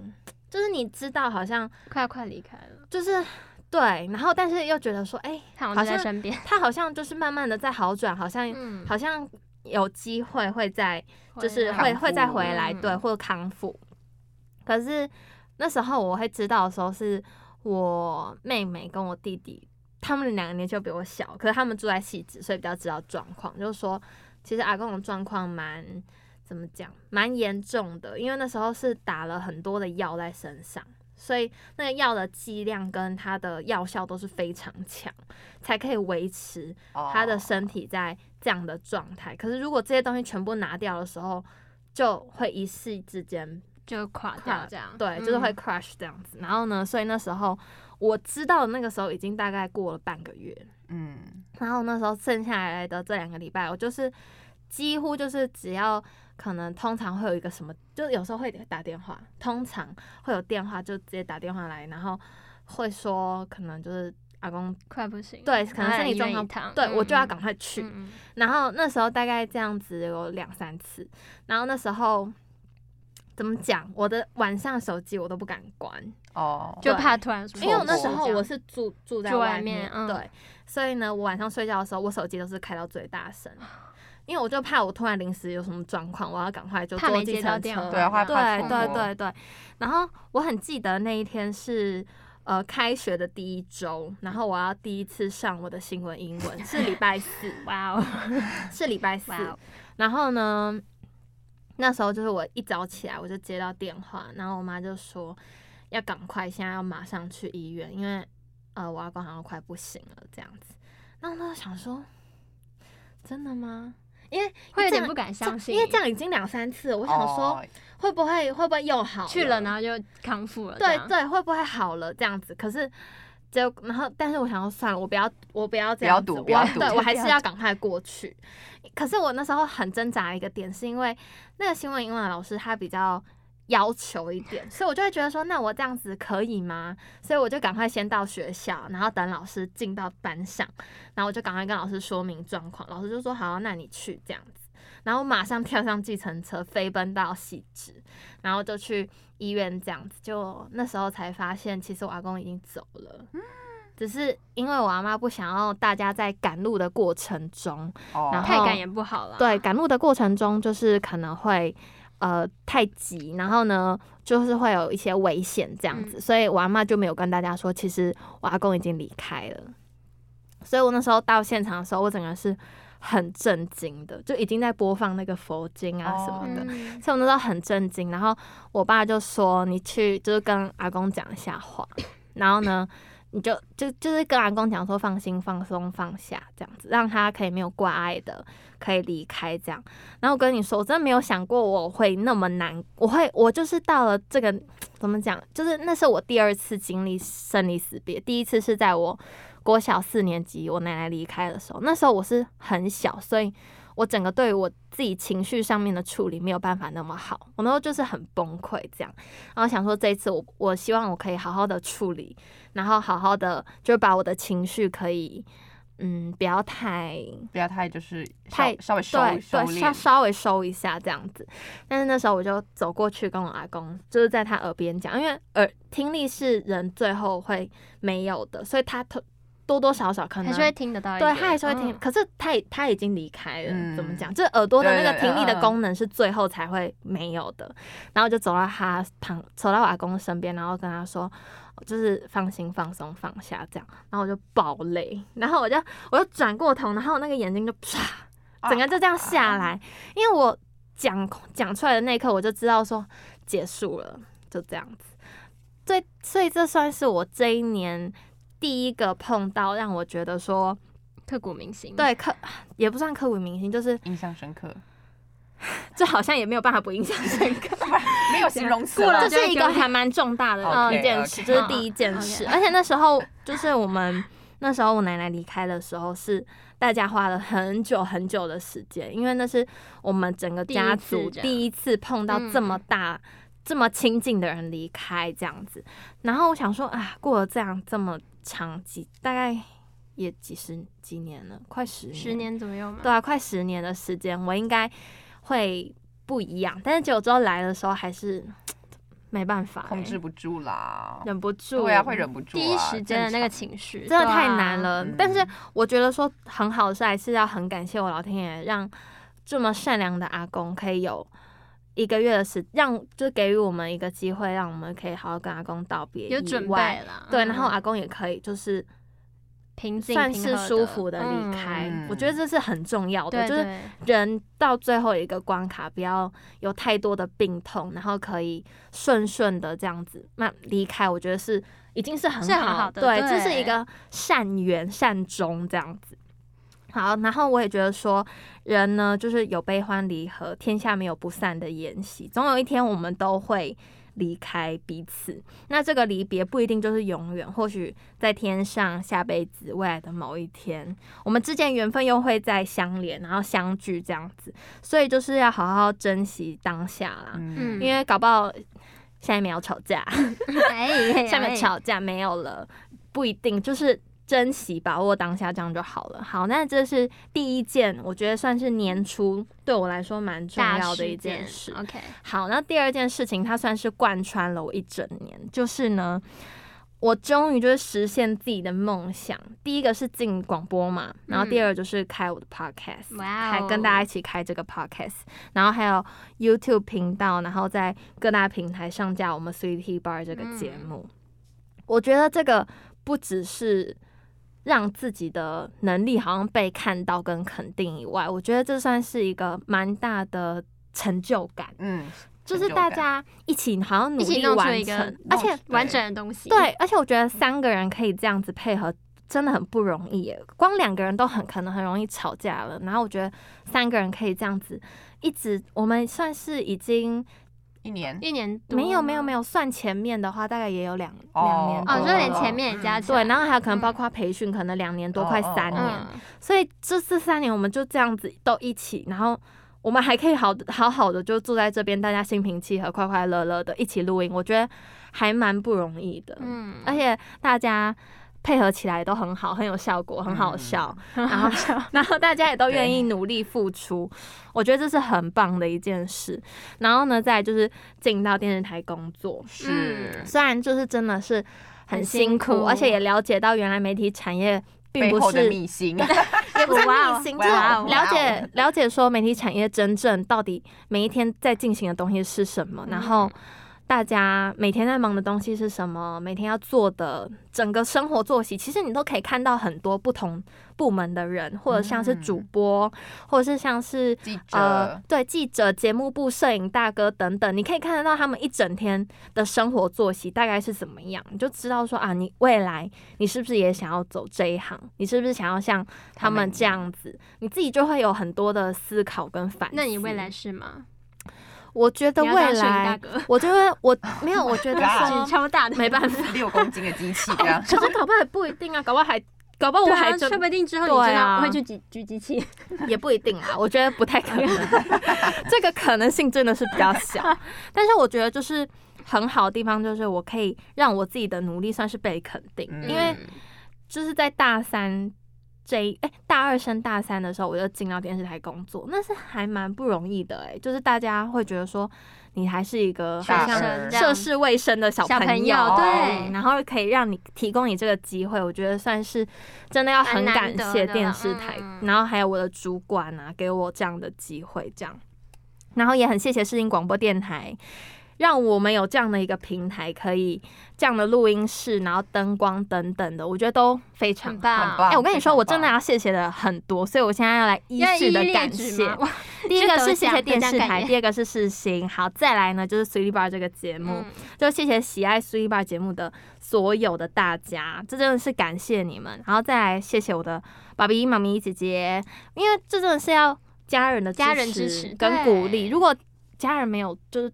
S1: 就是你知道好像
S3: 快要快离开了，
S1: 就是对，然后但是又觉得说，哎、
S3: 他好
S1: 好
S3: 像就在
S1: 像
S3: 身边，
S1: 他好像就是慢慢的在好转，好像、
S3: 嗯，
S1: 好像有机会会再就是
S2: 来
S1: 会
S2: 康
S1: 会再
S2: 复
S1: 回来，
S3: 嗯
S1: 对，或康复。可是那时候我会知道的时候，是我妹妹跟我弟弟，他们两个年纪都比我小，可是他们住在汐止，所以比较知道状况。就是说，其实阿公的状况蛮怎么讲，蛮严重的，因为那时候是打了很多的药在身上。所以那个药的剂量跟它的药效都是非常强，才可以维持他
S2: 哦
S1: 的身体在这样的状态。可是如果这些东西全部拿掉的时候，就会一夕之间，
S3: 就垮掉这样，
S1: 对，就是
S3: 嗯
S1: 会 crash 这样子。然后呢，所以那时候我知道的那个时候已经大概过了半个月，
S2: 嗯，
S1: 然后那时候剩下来的这两个礼拜，我就是几乎就是只要可能通常会有一个什么，就有时候会打电话，通常会有电话就直接打电话来，然后会说可能就是阿公
S3: 快不行了，
S1: 对，可能身体状况，
S3: 况
S1: 对我就要赶快去。
S3: 哎嗯
S1: 然后那时候大概这样子有两三次，然后那时候怎么讲，我的晚上手机我都不敢关，
S2: 哦，
S3: 就
S1: 对
S3: 怕突然什么
S1: 因为我那时
S3: 事
S1: 候
S3: 嗯这样
S1: 我是住住在
S3: 住外
S1: 外
S3: 面嗯
S1: 对，所以呢，我晚上睡觉的时候，我手机都是开到最大声。因为我就怕我突然临时有什么状况，我要赶快就
S3: 怕
S1: 坐
S3: 没
S1: 计
S3: 接到
S1: 程
S3: 电
S1: 车
S3: 话，哦
S2: 对啊怕怕
S1: 对
S2: 错
S1: 对
S2: 过
S1: 对对。然后我很记得那一天是呃开学的第一周，然后我要第一次上我的新闻英文，是礼拜四，
S3: 哇哦，
S1: 是礼拜四
S3: 哇。哦，
S1: 然后呢，那时候就是我一早起来我就接到电话，然后我妈就说要赶快，现在要马上去医院，因为呃我阿公好像快不行了这样子。然后我就想说，真的吗？因为
S3: 会有
S1: 这
S3: 点
S1: 样
S3: 不敢
S1: 这
S3: 相信，
S1: 因为这样已经两三次了，我想说
S2: 哦
S1: 会不会、会不会又好
S3: 去了，然后就康复了，
S1: 对
S3: 这样，
S1: 对，会不会好了这样子？可是。就然后，但是我想要算了，我不要，我不要这
S2: 不要
S1: 样子，
S2: 赌
S1: 我
S2: 不要赌
S1: 对我还
S3: 不
S1: 是
S3: 要
S1: 要赶快过去。可是我那时候很挣扎一个点，是因为那个新闻英文的老师他比较要求一点，所以我就会觉得说，那我这样子可以吗？所以我就赶快先到学校，然后等老师进到班上，然后我就赶快跟老师说明状况，老师就说好，啊那你去这样子。然后我马上跳上计程车，飞奔到汐止，然后就去医院这样子。就那时候才发现，其实我阿公已经走了，只是因为我阿妈不想要大家在赶路的过程中，
S2: 哦
S1: 然后
S3: 太赶也不好了，
S1: 对，，赶路的过程中就是可能会呃太急，然后呢就是会有一些危险这样子，所以我阿妈就没有跟大家说，其实我阿公已经离开了。所以我那时候到现场的时候，我整个是很震惊的，就已经在播放那个佛经啊什么的。
S3: 嗯，
S1: 所以我那时候很震惊，然后我爸就说：“你去就是跟阿公讲一下话，然后呢，你就就就是跟阿公讲说放心、放松、放下这样子，让他可以没有挂碍的可以离开这样。”然后我跟你说，我真的没有想过我会那么难，我会我就是到了这个怎么讲，就是那是我第二次经历生离死别，第一次是在我国小四年级我奶奶离开的时候，那时候我是很小，所以我整个对于我自己情绪上面的处理没有办法那么好，我那时候就是很崩溃这样，然后想说这一次我我希望我可以好好的处理，然后好好的就把我的情绪可以嗯不要太
S2: 不要太就是稍
S1: 太
S2: 稍微收
S1: 对
S2: 收
S1: 对，稍
S2: 敛，
S1: 稍微收一下这样子。但是那时候我就走过去跟我阿公，就是在他耳边讲，因为耳听力是人最后会没有的，所以他多多多少少可能
S3: 还是会听得到一点，
S1: 对他还是会听，
S3: 嗯，
S1: 可是他已他已经离开了，
S2: 嗯
S1: 怎么讲？就是耳朵的那个
S2: 对对
S1: 听
S2: 对
S1: 力的
S2: 嗯
S1: 功能是最后才会没有的。然后就走到他旁，走到我阿公身边，然后跟他说，就是放心、放松、放下这样。然后我就爆泪，然后我就我就转过头，然后那个眼睛就唰，
S2: 啊
S1: 整个就这样下来，因为我讲讲出来的那一刻，我就知道说结束了，就这样子。所以，所以这算是我这一年第一个碰到让我觉得说。
S3: 刻骨铭心，，
S1: 对刻也不算刻骨铭心，就是
S2: 印象深刻，
S1: 这好像也没有办法不印象深刻，
S2: 没有形容词
S3: 过了
S2: 了
S1: 这是一个还蛮重大的
S2: OK，
S1: 一件事，
S2: OK
S1: 这是第一件事。
S3: 嗯
S1: 而且那时候就是我们那时候我奶奶离开的时候，是大家花了很久很久的时间，因为那是我们整个家
S3: 第
S1: 族
S3: 一次这样
S1: 第一次碰到这么大、这么亲近的人离开这样子。然后我想说啊，过了这样这么长几，大概也几十几年了，快十年，
S3: 十年左右嘛。
S1: 对啊，快十年的时间，我应该会不一样。但是九州来的时候，还是没办法、
S2: 控制
S1: 欸
S2: 不住啦。
S1: 忍不住，
S2: 对啊，会忍不住、啊。
S3: 第一时间的那个
S2: 正
S3: 情绪，
S1: 真的
S3: 对啊
S1: 太难。了。
S2: 嗯
S1: 但是我觉得说很好的是，还是要很感谢我老天爷，让这么善良的阿公可以有一个月的时，让就给予我们一个机会，让我们可以好好跟阿公道别，
S3: 有准备。了，
S1: 对，
S3: 嗯
S1: 然后阿公也可以，就是
S3: 平静
S1: 算
S3: 平
S1: 是
S3: 和
S1: 舒服的离开，
S2: 嗯
S1: 我觉得这是很重要的，
S3: 对，
S1: 就是
S3: 对
S1: 人到最后一个关卡，不要有太多的病痛，然后可以顺顺的这样子慢离开，我觉得是已经是很
S3: 是很好的
S1: 对，
S3: 对
S1: 这是一个善缘善终这样子。好，然后我也觉得说，人呢就是有悲欢离合，天下没有不散的筵席，总有一天我们都会离开彼此。那这个离别不一定就是永远，或许在天上、下辈子、未来的某一天，我们之间缘分又会再相连，然后相聚这样子。所以就是要好好珍惜当下啦，
S2: 嗯
S3: 嗯，
S1: 因为搞不好下一秒吵架，
S3: 哎，
S1: 下面
S3: 哎，
S1: 吵架没有了，不一定就是。珍惜把握当下，这样就好了。好，那这是第一件，我觉得算是年初对我来说蛮重
S3: 大
S1: 要的
S3: 事
S1: 一件
S3: 件
S1: 事。
S3: OK，
S1: 好，那第二件事情，它算是贯穿了我一整年，就是呢，我终于就是实现自己的梦想。第一个是进广播嘛，然后第二就是开我的 podcast，、
S3: 嗯哇哦
S1: 还跟大家一起开这个 podcast，然后还有 YouTube 频道，然后在各大平台上架我们 c t Bar 这个节目。
S3: 嗯
S1: 我觉得这个不只是让自己的能力好像被看到跟肯定以外，我觉得这算是一个蛮大的成就感。
S2: 嗯，
S1: 就是大家一起好像努
S3: 一起
S1: 力
S3: 弄出
S1: 完
S3: 一个
S1: 成，而且
S2: 梦
S3: 完整的东西，
S1: 对，而且我觉得三个人可以这样子配合，真的很不容易耶。光两个人都很可能很容易吵架了，然后我觉得三个人可以这样子一直，我们算是已经
S2: 一年
S3: 一年多
S1: 没有没有没
S3: 有，
S1: 有算前面的话，大概也有两
S2: 哦
S1: 两年多
S3: 哦，
S1: 了。
S3: 就连前面也加起来，
S1: 对，然后还有可能
S3: 嗯
S1: 包括培训，可能两年多，
S2: 哦
S1: 快
S2: 哦
S1: 三
S2: 哦
S1: 年。
S3: 嗯，
S1: 所以这这三年我们就这样子都一起，然后我们还可以好的好好的就坐在这边，大家心平气和、快快乐乐的一起录音，我觉得还蛮不容易的。
S3: 嗯，
S1: 而且大家配合起来都很好，很有效果，很好笑，然后然后大家也都愿意努力付出，我觉得这是很棒的一件事。然后呢，再来就是进到电视台工作，
S2: 嗯是
S1: 虽然就是真的是很
S3: 很
S1: 辛
S3: 辛
S1: 苦，
S3: 苦
S1: 而且也了解到原来媒体产业并
S2: 背
S1: 不
S2: 后的
S1: 是
S2: 秘辛，
S1: 也不是
S3: 哇哦
S1: 逆行，就
S2: 哇
S1: 是
S2: 哦
S1: 了
S2: 哇
S1: 解
S2: 哦
S1: 了解说媒体产业真正到底每一天在进行的东西是什么，然后大家每天在忙的东西是什么，每天要做的整个生活作息，其实你都可以看到很多不同部门的人，或者像是主播，或者是像是。
S2: 记者、
S1: 呃，对，记者、节目部、摄影大哥等等，你可以看得到他们一整天的生活作息大概是怎么样，你就知道说啊，你未来你是不是也想要走这一行？你是不是想要像他们这样子？你自己就会有很多的思考跟反思。
S3: 那你未来，是吗？
S1: 我觉得
S3: 你要当
S1: 未
S3: 摄影大
S1: 来，
S3: 哥，
S1: 我觉得我没有，我觉 得
S3: 纸
S1: 说
S3: 超大的，
S1: 没办法，，
S2: 六公斤的机器这样
S1: 可是搞不好也不一定啊，搞不好还搞不好
S3: 对
S1: 我
S3: 啊，
S1: 还
S3: 说
S1: 真
S3: 不定之后你
S1: 对
S3: 真
S1: 啊
S3: 的会去举举机器，
S1: 也不一定啊，我觉得不太可能，这个可能性真的是比较小。但是我觉得就是很好的地方，就是我可以让我自己的努力算是被肯定，
S2: 嗯
S1: 因为就是在大三这一哎、大二升大三的时候，我就进到电视台工作，那是还蛮不容易的哎、就是大家会觉得说你还是一个
S2: 大
S1: 好
S3: 学
S1: 像
S3: 生
S2: 二
S3: 这
S1: 涉
S3: 样
S1: 世未深的小
S3: 小朋
S1: 友嗯
S3: 友
S2: 对
S1: 然后可以让你提供你这个机会，我觉得算是真的要很感谢电视台
S3: 蛮难得的啦，嗯
S1: 然后还有我的主管啊，给我这样的机会，这样，然后也很谢谢世新广播电台。让我们有这样的一个平台，可以这样的录音室，然后灯光等等的，我觉得都非常
S3: 很
S1: 棒。
S3: 棒，
S1: 哎、
S2: 棒
S1: 我跟你说，
S2: 非常
S1: 我真的
S2: 棒
S1: 要谢谢的很多，所以我现在要来依
S3: 要
S1: 序
S3: 一
S1: 的
S3: 一列
S1: 感
S3: 举
S1: 谢。
S3: 吗哇
S1: 第一个是
S3: 去得
S1: 谢
S3: 奖
S1: 谢电视
S3: 得奖感
S1: 台，
S3: 言
S1: 第二个是世新。好，再来呢就是 Three Bar 这个节目，
S3: 嗯
S1: 就谢谢喜爱 Three Bar 节目的所有的大家，这真的是感谢你们。然后再来谢谢我的爸比妈咪姐姐，因为这真的是要家人的
S3: 家人支持
S1: 跟鼓励。
S3: 对
S1: 如果家人没有就是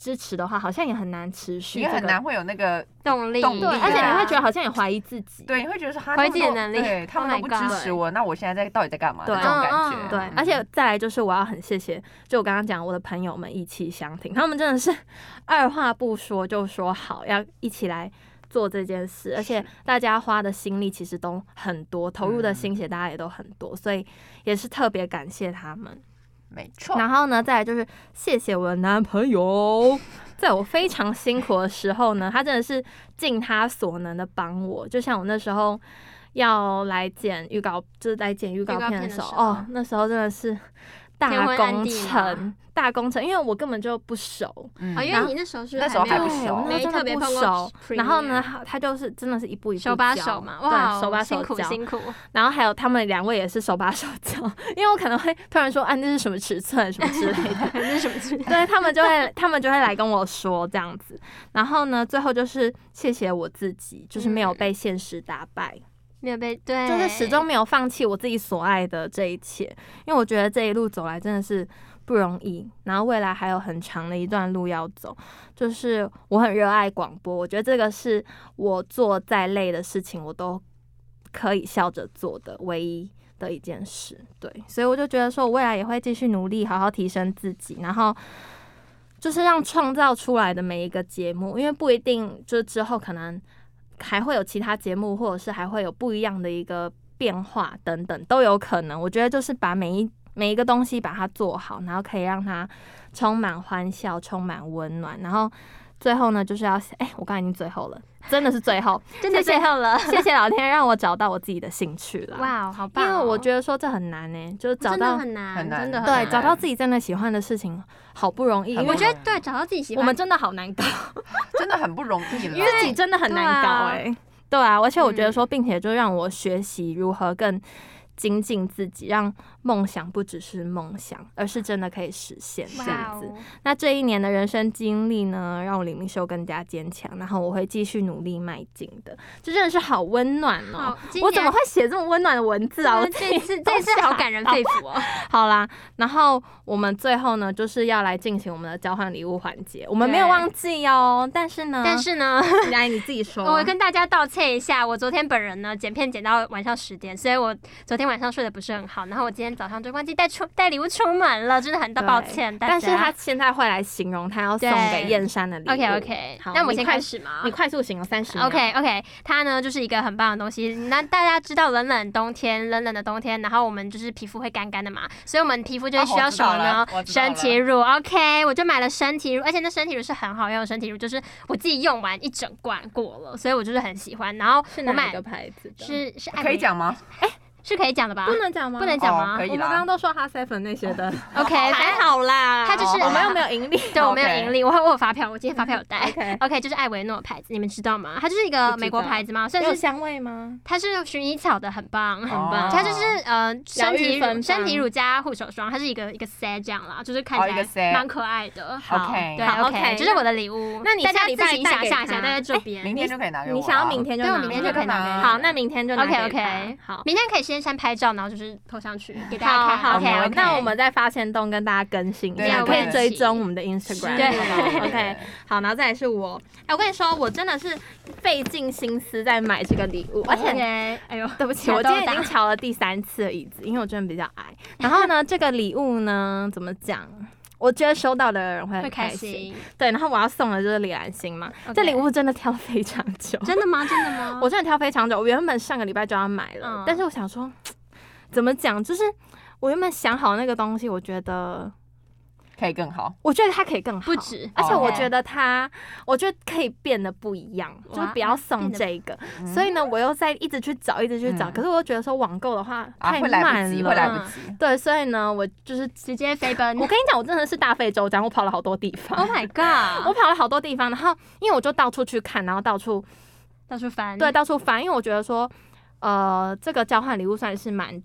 S1: 支持的话，好像也很难持续、
S2: 因
S1: 这
S2: 为
S1: 个，
S2: 很难会有那个
S3: 动力，
S2: 动力
S1: 对，
S2: 啊
S1: 而且你会觉得
S3: 得
S1: 好像也怀疑自己，
S2: 对，你会觉得说他
S3: 怀
S2: 们
S3: 疑自己
S2: 都
S3: 的能力
S2: 对他们
S3: Oh
S2: 都
S3: my
S2: 不支持我，那我现在在到底在干嘛
S1: 对
S2: 那种感
S3: 嗯
S2: 觉？
S3: 嗯
S1: 对，而且再来就是我要很谢谢，就我刚刚讲我的朋友们意气相挺，他们真的是 二话不说就说好要一起来做这件事，而且大家花的心力其实都很多，投入的
S2: 嗯
S1: 心血大家也都很多，所以也是特别感谢他们。
S2: 没 错，
S1: 然后呢，再来就是谢谢我的男朋 友，在我非常辛苦的时候呢，他真的是尽他所能的帮我。就像我那时候要来剪预告，就是来剪预告
S3: 预告
S1: 片
S3: 片
S1: 的
S3: 的
S1: 时候，
S3: 时候
S1: 哦，那时候真的是
S3: 天
S1: 大
S3: 昏暗
S1: 工
S3: 地
S1: 程，大工程，因为我根本就不熟，
S2: 嗯
S3: 啊，因
S1: 然
S3: 为
S1: 后
S3: 你那时候是
S2: 那时候
S1: 对，
S2: 还
S3: 没
S2: 不
S3: 有
S2: 熟
S1: 我那时候
S3: 没特
S1: 真的
S3: 别
S1: 不
S3: 碰过
S1: 熟。
S3: Premiere
S1: 然后呢，他他就是真的是一步一步
S3: 手把
S1: 教
S3: 手嘛，
S1: 对
S3: 哇，
S1: 手把手
S3: 辛苦
S1: 教
S3: 辛苦，
S1: 然后还有他们两位也是手把手教， 因为我可能会突然说，啊，那是什么尺寸什么之类的。
S3: 反正什么 之类的
S1: 对他们就会，他们就会来跟我说这样子。然后呢，最后就是谢谢我自己，就是没有被现实打败，
S3: 没有被对，
S1: 就是始终没有放弃我自己所爱的这一切。因为我觉得这一路走来真的是不容易，然后未来还有很长的一段路要走。就是我很热爱广播，我觉得这个是我做再累的事情，我都可以笑着做的唯一。的一件事，对，所以我就觉得说，我未来也会继续努力，好好提升自己，然后就是让创造出来的每一个节目，因为不一定就是之后可能还会有其他节目，或者是还会有不一样的一个变化等等都有可能。我觉得就是把每一每一个东西把它做好，然后可以让它充满欢笑，充满温暖，然后。最后呢，就是要哎、我刚才已经最后了， 真的是最后，
S3: 真的
S1: 谢谢
S3: 最后了，
S1: 谢谢老天让我找到我自己的兴趣了。，
S3: 哇，好棒
S1: 因
S3: 哦！
S1: 为我觉得说这很难呢、就是找
S3: 真的
S1: 到
S3: 很难，欸
S2: 很难
S3: 真的很
S1: 对
S3: 难
S1: 找到自己真的喜欢的事情，好不容易，
S2: 很
S1: 因
S2: 不
S1: 为
S3: 我
S2: 容
S3: 觉得对，找到自己喜
S1: 我
S3: 欢
S1: 们真的好难搞。
S2: 真的很不容易
S1: 因
S2: 了
S1: 为。
S3: 啊
S1: 自己真的很难搞哎、对啊，而且我觉得说，
S3: 嗯
S1: 并且就让我学习如何更精进自己，让梦想不只是梦想，而是真的可以实现这
S3: 哇
S1: 样子。
S3: 哦，
S1: 那这一年的人生经历呢，让我李明秀更加坚强，然后我会继续努力迈进的。这真的是好温暖哦、
S3: 好今
S1: 我怎么
S3: 年
S1: 会写这么温暖的文字啊？我自己
S3: 这次这次好感人肺腑哦！
S1: 好啦，然后我们最后呢，就是要来进行我们的交换礼物环节。我们没有
S3: 对
S1: 忘记哦，但是呢，
S3: 但是呢，
S1: 来你自己说，
S3: 我跟大家道歉一下，我昨天本人呢剪片剪到晚上十点，所以我昨天晚上睡得不是很好，然后我今天早上就忘记带出带礼物出门了，真的很
S1: 对
S3: 抱歉大家。
S1: 但是他现在会来形容他要送
S3: 对
S1: 给燕山的礼物。
S3: OK OK，
S1: 好
S3: 那我
S1: 你
S3: 先
S1: 快
S3: 开始嘛
S1: 你。快速形容三十秒。
S3: OK OK，它呢就是一个很棒的东西。那大家知道冷冷冬天，冷冷的冬天，然后我们就是皮肤会干干的嘛，所以我们皮肤就会需要什么呢？
S2: 哦我知道了我
S3: 身
S2: 知道了
S3: 体乳。OK，我就买了身体乳，而且那身体乳是很好用的身体乳，就是我自己用完一整罐过了，所以我就是很喜欢。然后
S1: 是
S3: 我
S1: 哪一
S3: 买
S1: 个牌子的？
S3: 是是爱
S2: 可以
S3: 美
S2: 讲吗？
S3: 是可以讲的吧
S1: 不能讲吗？
S3: 不能讲吗
S2: 哦可以
S1: 我们
S2: 啦
S1: 刚刚都说哈 seven 那些的，
S3: 哦？OK，反正
S1: 好啦
S3: 它就是
S1: 我们又没有 盈利。
S3: 对我没有
S2: OK
S3: 盈利，我我有发票，我今天发票有带。
S1: OK，
S3: OK，就是艾维诺牌子，你们知道吗？它就是一个美国牌子嘛，算
S1: 有
S3: 是
S1: 香味吗？
S3: 它是薰衣草的，很棒，很
S2: 哦
S3: 它就是呃身体
S1: 疗愈芬芳
S3: 乳身体乳加护手霜，它是一个一个 set 这样啦，就是看
S2: 哦一个
S3: 起
S2: set
S3: 来蛮可爱的。
S1: 好
S2: OK
S3: 对
S1: 好
S3: OK，这是我的礼物。
S1: 那你
S3: 大家
S1: 下礼拜
S3: 自己想象一
S1: 带给他
S3: 下，大家这边
S2: 明天就可以拿给我啊。
S1: 你想要明天就
S3: 对
S1: 拿
S3: 我
S1: 吗，
S3: 明天就可以拿给你
S1: 好，那明天就拿给
S3: OK，OK
S1: 他好。
S3: 明天可以先先拍照，然后就是投上去给大家
S1: 好
S3: 看。
S1: 好
S3: OK，
S1: 好
S3: OK，
S1: 那我们在发现洞跟大家更新一
S2: 对
S1: 下，
S2: 啊
S1: 可以
S2: 对
S1: 追踪我们的 Instagram，
S3: 对
S1: 好 不好
S2: 对
S1: ？OK，好，然后再来是我，哎、我跟你说，我真的是费尽心思在买这个礼
S3: 哦
S1: 物，而且
S3: OK，哎呦，
S1: 对不起，我今天已经瞧了第三次的椅子，因为我真的比较矮。然后呢，这个礼物呢，怎么讲？我觉得收到的人会很
S3: 会
S1: 开
S3: 开
S1: 心。
S3: 心。
S1: 对，然后我要送的就是李兰心嘛
S3: OK 哦
S1: 这礼物真的挑非常久，
S3: 真的吗？真的 吗？
S1: 我真的挑非常久。我原本上个礼拜就要买了，
S3: 嗯
S1: 但是我想说，怎么讲？就是我原本想好那个东西，我觉得，
S2: 可以更好。
S1: 我觉得它可以更好，
S3: 不止
S1: 而且我
S2: OK
S1: 觉得它，我觉得可以变得不一样，就是
S3: 哇
S1: 不
S2: 啊
S1: 要送
S3: 变得
S1: 这个。所以呢，我又在一直去找，一直去找。
S2: 嗯
S1: 可是我又觉得说网购的话
S2: 啊，
S1: 太
S2: 会来不
S1: 慢
S2: 及，会来
S1: 了。
S2: 不及。
S1: 对，所以呢，我就是直接
S3: 飞奔
S1: 我跟你讲，我真的是大费周章，我跑了好多地
S2: 哦
S1: 方
S3: Oh，my
S1: 我
S3: god！
S1: 跑了好多地方。然后因为我就到处去看，然后到处
S3: 到处
S2: 嗯
S3: 翻，
S1: 对，到处翻，因为我觉得说，呃，这个交换礼物算是蛮，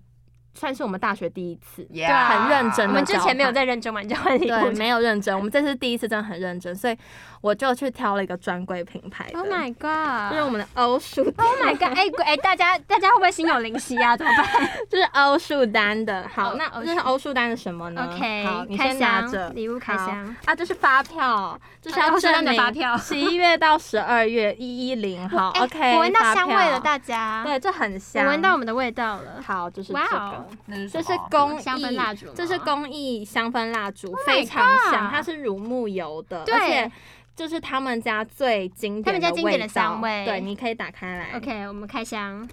S1: 算是我们大学第一次，
S2: Yeah
S1: 很认真
S3: 我
S1: 的
S3: 们之前没有在认真玩交换礼
S1: 对，
S3: 物，
S1: 没有认真，我们这次第一次真的很认真，所以我就去挑了一个专柜品牌的
S3: Oh my
S1: 就是我
S3: god！Oh
S1: 们的欧舒丹
S3: my god！哎、哎、大家大家会不会心有灵犀啊？怎么办
S1: 就是欧舒丹的。好，
S3: 哦
S1: 那
S3: 欧舒
S1: 这是欧舒丹的什么呢好，
S3: ？OK，
S1: 你
S3: 开
S1: 先拿着
S3: 箱礼物开
S1: 好
S3: 箱。
S1: 啊，这是发票，就是
S3: 啊
S1: 要
S3: 欧舒丹
S1: 证
S3: 的
S1: 明
S3: 发 票
S1: 十一月到十二月一一零号。
S3: 哎
S1: OK，
S3: 我闻到
S1: 发
S3: 香味
S1: 票
S3: 了，大家。
S1: 对，这很
S3: 我
S1: 香。
S3: 闻到我们的味道了。
S1: 好，就是这
S3: 哇
S1: 个
S3: 哦。
S2: 那是
S1: 这
S2: 什
S1: 是
S2: 么
S1: 工艺
S3: 香氛蜡烛吗 Oh
S1: 这是工艺香氛蜡烛，
S3: my
S1: 非常香，
S3: God
S1: 它是乳木油的，
S3: 对
S1: 而且就是他们家最经典的
S3: 他们家经典的
S1: 味道
S3: 香味
S1: 对，你可以打开来
S3: OK，我们开箱，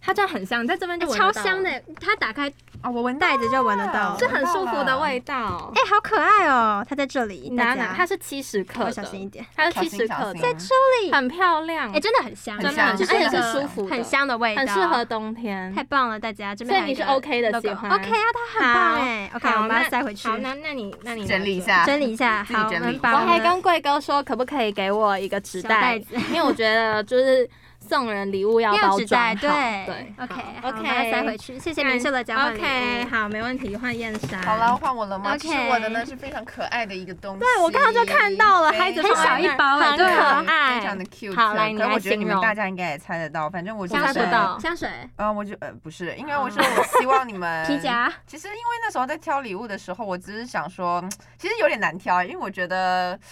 S1: 它真的很哎香，在这边就
S3: 哎
S1: 闻
S3: 超
S1: 得到
S3: 香，的，它打开，哎、
S2: 啊，我闻
S3: 袋子就闻得到
S1: 是很舒服的
S2: 啊
S1: 味道。
S3: 好可爱哦，它在这里，
S1: 拿
S3: 大
S1: 拿，
S3: 家，
S1: 它是七十克
S3: 我
S1: 的，
S3: 啊小心一点，
S1: 它是
S2: 小
S1: 七
S2: 心
S1: 十克
S2: 小
S1: 的
S2: 心，
S3: 这里，
S1: 很漂亮，
S3: 哎、真的很香，
S2: 很
S1: 真的
S2: 香
S1: 很香，
S2: 真
S1: 而
S2: 的
S1: 且是
S2: 很
S1: 舒
S2: 香
S1: 服的，
S3: 很，香的味道，
S1: 很适合，冬天
S3: 太。棒了，大家，这
S1: 所
S3: 边
S1: 以
S3: 还有
S1: 你
S3: 一
S1: 是
S3: 个
S1: OK 的
S3: logo
S1: 喜欢
S3: OK 啊，它很棒哎，OK，
S1: 好
S3: 我把
S1: 那
S3: 它塞回去，
S1: 好，那那你那你
S2: 整理一
S1: 拿着
S2: 下，
S3: 整理一下，
S2: 自己
S3: 好，我
S2: 整理
S3: 们
S1: 我
S3: 把
S1: 还
S3: 们的
S1: 跟贵哥说，可不可以给我一个纸
S3: 小
S1: 袋
S3: 袋子
S1: 因为我觉得就是送人礼物要包
S3: 钥匙
S1: 装
S3: 袋，
S1: 好。
S3: 对，OK，好，我嗯把它
S1: OK，
S3: 塞回去，谢谢明秀的交换礼物
S1: OK，好，没问题，换燕山。
S2: 好了，，换我了吗？
S3: OK
S2: 其实我的呢是非常可爱的一个东西。
S1: 对我刚刚就看到了，孩子
S2: 非
S3: 很小
S1: 放在
S3: 一
S1: 那儿
S3: 包哎
S1: 很
S3: 对
S1: 可
S3: 啊
S1: 爱，
S2: 非常的 cute。
S1: 好来你
S2: 可
S1: 来
S2: 我觉得你
S1: 形
S2: 们
S1: 容
S2: 大家应该也猜得到，反正我就
S1: 想
S2: 是
S1: 不到啊
S3: 香水、
S2: 嗯，我就呃不是，因为我说我希望你 们
S3: 皮。夹，
S2: 其实因为那时候在挑礼物的时候，我只是想说，嗯其实有点难挑，因为我觉得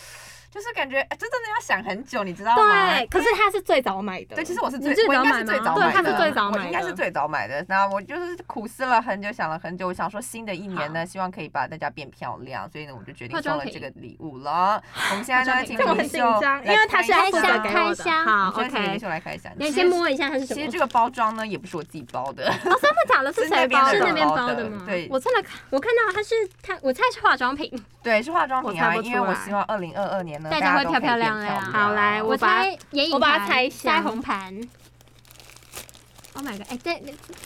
S2: 就是感觉呃这真的要想很久，你知道吗？
S1: 对，可是他是最早买的。
S2: 对，其实我是
S3: 你
S2: 最
S3: 最
S2: 我应
S3: 早
S2: 该
S3: 买
S2: 是最
S3: 吗
S2: 早
S1: 对
S2: 买
S1: 他
S2: 的，
S1: 是最早
S2: 我
S1: 买
S2: 应该是
S1: 的
S2: 最早买的。那我就是苦思了很久，想了很久，我想说新的一年呢，希望可以把大家变漂亮，所以呢，我就决定
S3: 化
S2: 送
S3: 妆
S2: 了
S3: 品
S2: 这个礼物了。我们现在
S3: 化
S2: 呢，
S3: 妆品
S2: 请
S1: 这我很
S2: 领
S1: 紧
S2: 袖
S1: 张，因
S2: 来
S1: 为他
S2: 开
S1: 是要负
S2: 箱
S1: 责给我
S3: 开
S1: 的。
S3: 箱
S1: 好
S2: 我们现在请领
S1: ，OK。
S2: 袖来开箱。
S3: 你
S2: 其
S3: 先
S2: 实
S3: 摸一下它是什
S2: 其
S3: 么
S2: 实？这个包装呢，也不是我自己包的，
S3: 真的假的？是
S2: 那
S3: 谁
S2: 边
S3: 包
S2: 的
S3: 的？
S2: 人
S3: 是那边
S2: 包
S3: 包的吗？
S2: 对，
S1: 我真的看
S3: 我看到它是它，我猜是化妆品。
S2: 对，是化妆
S1: 我
S2: 品
S1: 猜
S2: 啊，
S1: 不出
S2: 因为我
S1: 来
S2: 希望二零二二年呢，
S3: 大
S2: 大
S3: 家会
S2: 都可
S3: 漂
S2: 以
S3: 漂
S2: 变
S3: 亮亮
S2: 亮
S1: 好来 我
S3: 我
S1: 把
S3: 猜眼影
S1: 我把它
S3: 盘
S1: 拆箱
S3: 腮红盘。Oh my god！哎，这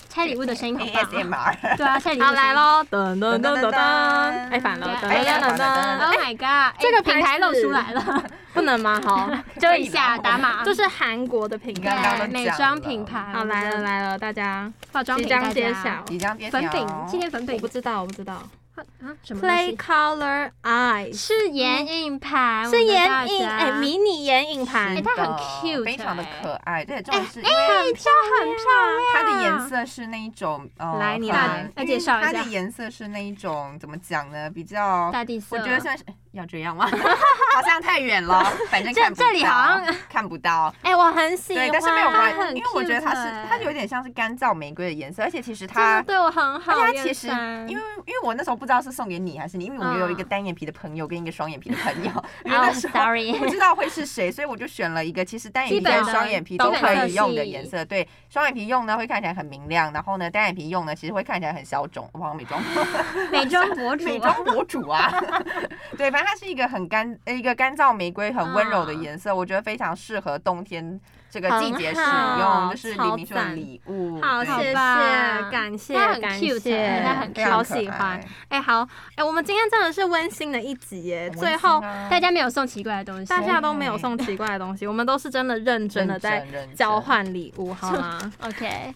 S3: 拆礼物的声音好棒啊！
S2: ASMR。
S3: 对啊，拆礼物
S1: 好
S3: 的声音
S1: 来。喽，噔噔噔噔噔，哎反了，噔
S3: 哎
S1: 噔
S3: 呀
S1: 噔噔。
S3: Oh my god！
S1: 这个
S3: 哎品牌
S1: 牌子
S3: 露出来了，
S1: 不能吗？好，
S3: 遮一下打码。
S1: 是韩国的品
S2: 你刚刚
S3: 对
S2: 都
S3: 美
S2: 讲
S3: 妆
S2: 了
S3: 品牌。
S1: 好，来了，来了，大家
S3: 化妆
S1: 即
S3: 品
S1: 将
S3: 大
S1: 揭
S3: 家
S1: 晓。
S2: 即将变
S3: 粉饼，
S2: 小
S3: 今天粉
S1: 我
S3: 饼
S1: 不知道，我不知道。
S3: 啊什么东
S1: Play
S3: 西？
S1: Color Eyes
S3: 是眼影盘，
S1: 是
S3: 我们
S1: 眼
S3: 大
S1: 影，
S3: 家
S1: 哎，迷你眼影盘
S2: 是，
S3: 它很
S2: 的
S3: cute
S2: 非常的
S3: 哎
S2: 可爱。对，重点是因为
S1: 很漂
S3: 很漂亮，
S2: 它的颜色是那一种，呃，
S1: 来你
S2: 很
S1: 来
S3: 啊来介绍一
S2: 它
S3: 下
S2: 的颜色是那一种怎么讲呢？比较，
S3: 大地色，
S2: 我觉得像是哎要这 样吗？好像太远了，反正
S3: 这
S2: 看不
S3: 这里
S2: 到
S3: 好像
S2: 看不到。
S1: 哎，我很喜欢，
S2: 对，但是没有
S3: 它
S2: 关
S3: 很
S2: 系，因为我觉得它
S3: cute
S2: 是
S3: 哎
S2: 它有点像是干燥玫瑰的颜色，而且其实
S3: 真的
S2: 它
S3: 对我很好。
S2: 而且它
S3: 燕
S2: 哎其实
S3: 山，
S2: 因为因为我那时候不知道是送给你还是你，因为我有一
S3: 嗯
S2: 个单眼皮的朋友跟一个双眼皮的朋友，因为
S3: 哦
S2: 那时候
S3: ，sorry
S2: 不知道会是谁，所以我就选了一个其实单眼皮
S3: 基本
S2: 跟
S3: 的
S2: 双眼皮
S3: 基
S2: 都
S3: 本
S2: 可
S3: 色
S2: 以用的
S3: 系
S2: 颜色。对，双眼皮用呢会看起来很明亮，然后呢单眼皮用呢其实会看起来很小肿，哇，美妆
S3: 美妆博主
S2: 美妆博主啊，对，反正它是一个很干呃一个干燥玫瑰很温柔的
S3: 嗯
S2: 颜色，我觉得非常适合冬天这个季
S1: 很
S2: 节使
S1: 好
S2: 用，就是李
S1: 超
S2: 明秀的
S1: 赞
S2: 礼物，
S1: 好，
S2: 对
S1: 谢谢，
S3: 棒
S1: 感谢
S3: 它很，
S1: 感
S3: cute，
S1: 谢，
S3: 它很
S2: 非
S3: cute
S2: 常
S1: 好
S2: 可
S1: 喜欢
S2: 爱。
S1: 哎，好，哎，我们今天真的是温馨的一集耶，
S2: 很温
S1: 最
S2: 馨
S1: 后
S2: 啊
S3: 大家没有送奇怪的东西，
S1: 大家都没有送奇怪的东西，我们都是真的认真的在
S2: 认真认真
S1: 交换礼物，好 吗？
S3: OK，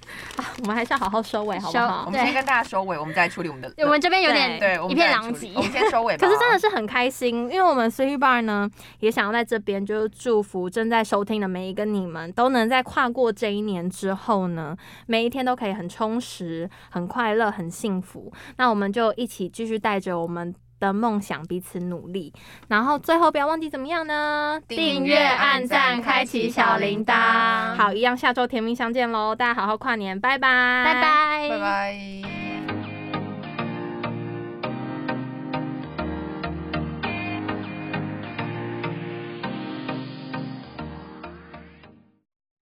S1: 我们还是要好好收尾，好不好
S2: 我？
S3: 收
S2: 们先
S3: 对
S2: 跟大家收尾，我们再处理我们的。
S3: 我们这边有点
S2: 对，我们
S3: 一片
S2: 再
S3: 狼
S2: 处理
S3: 藉
S2: 我。们先收尾吧。
S1: 可是真的是很开心，因为我们 Three Bar 呢，也想要在这边就是祝福正在收听的每一个你们，都能在跨过这一年之后呢，每一天都可以很充实、很快乐、很幸福。那我们就一起继续带着我们。的梦想彼此努力，然后最后不要忘记怎么样呢？
S2: 订阅按赞开启小铃铛
S1: 哦好，一样下周甜蜜相见喽！大家好好跨年，拜拜，
S3: 拜拜，
S2: 拜拜。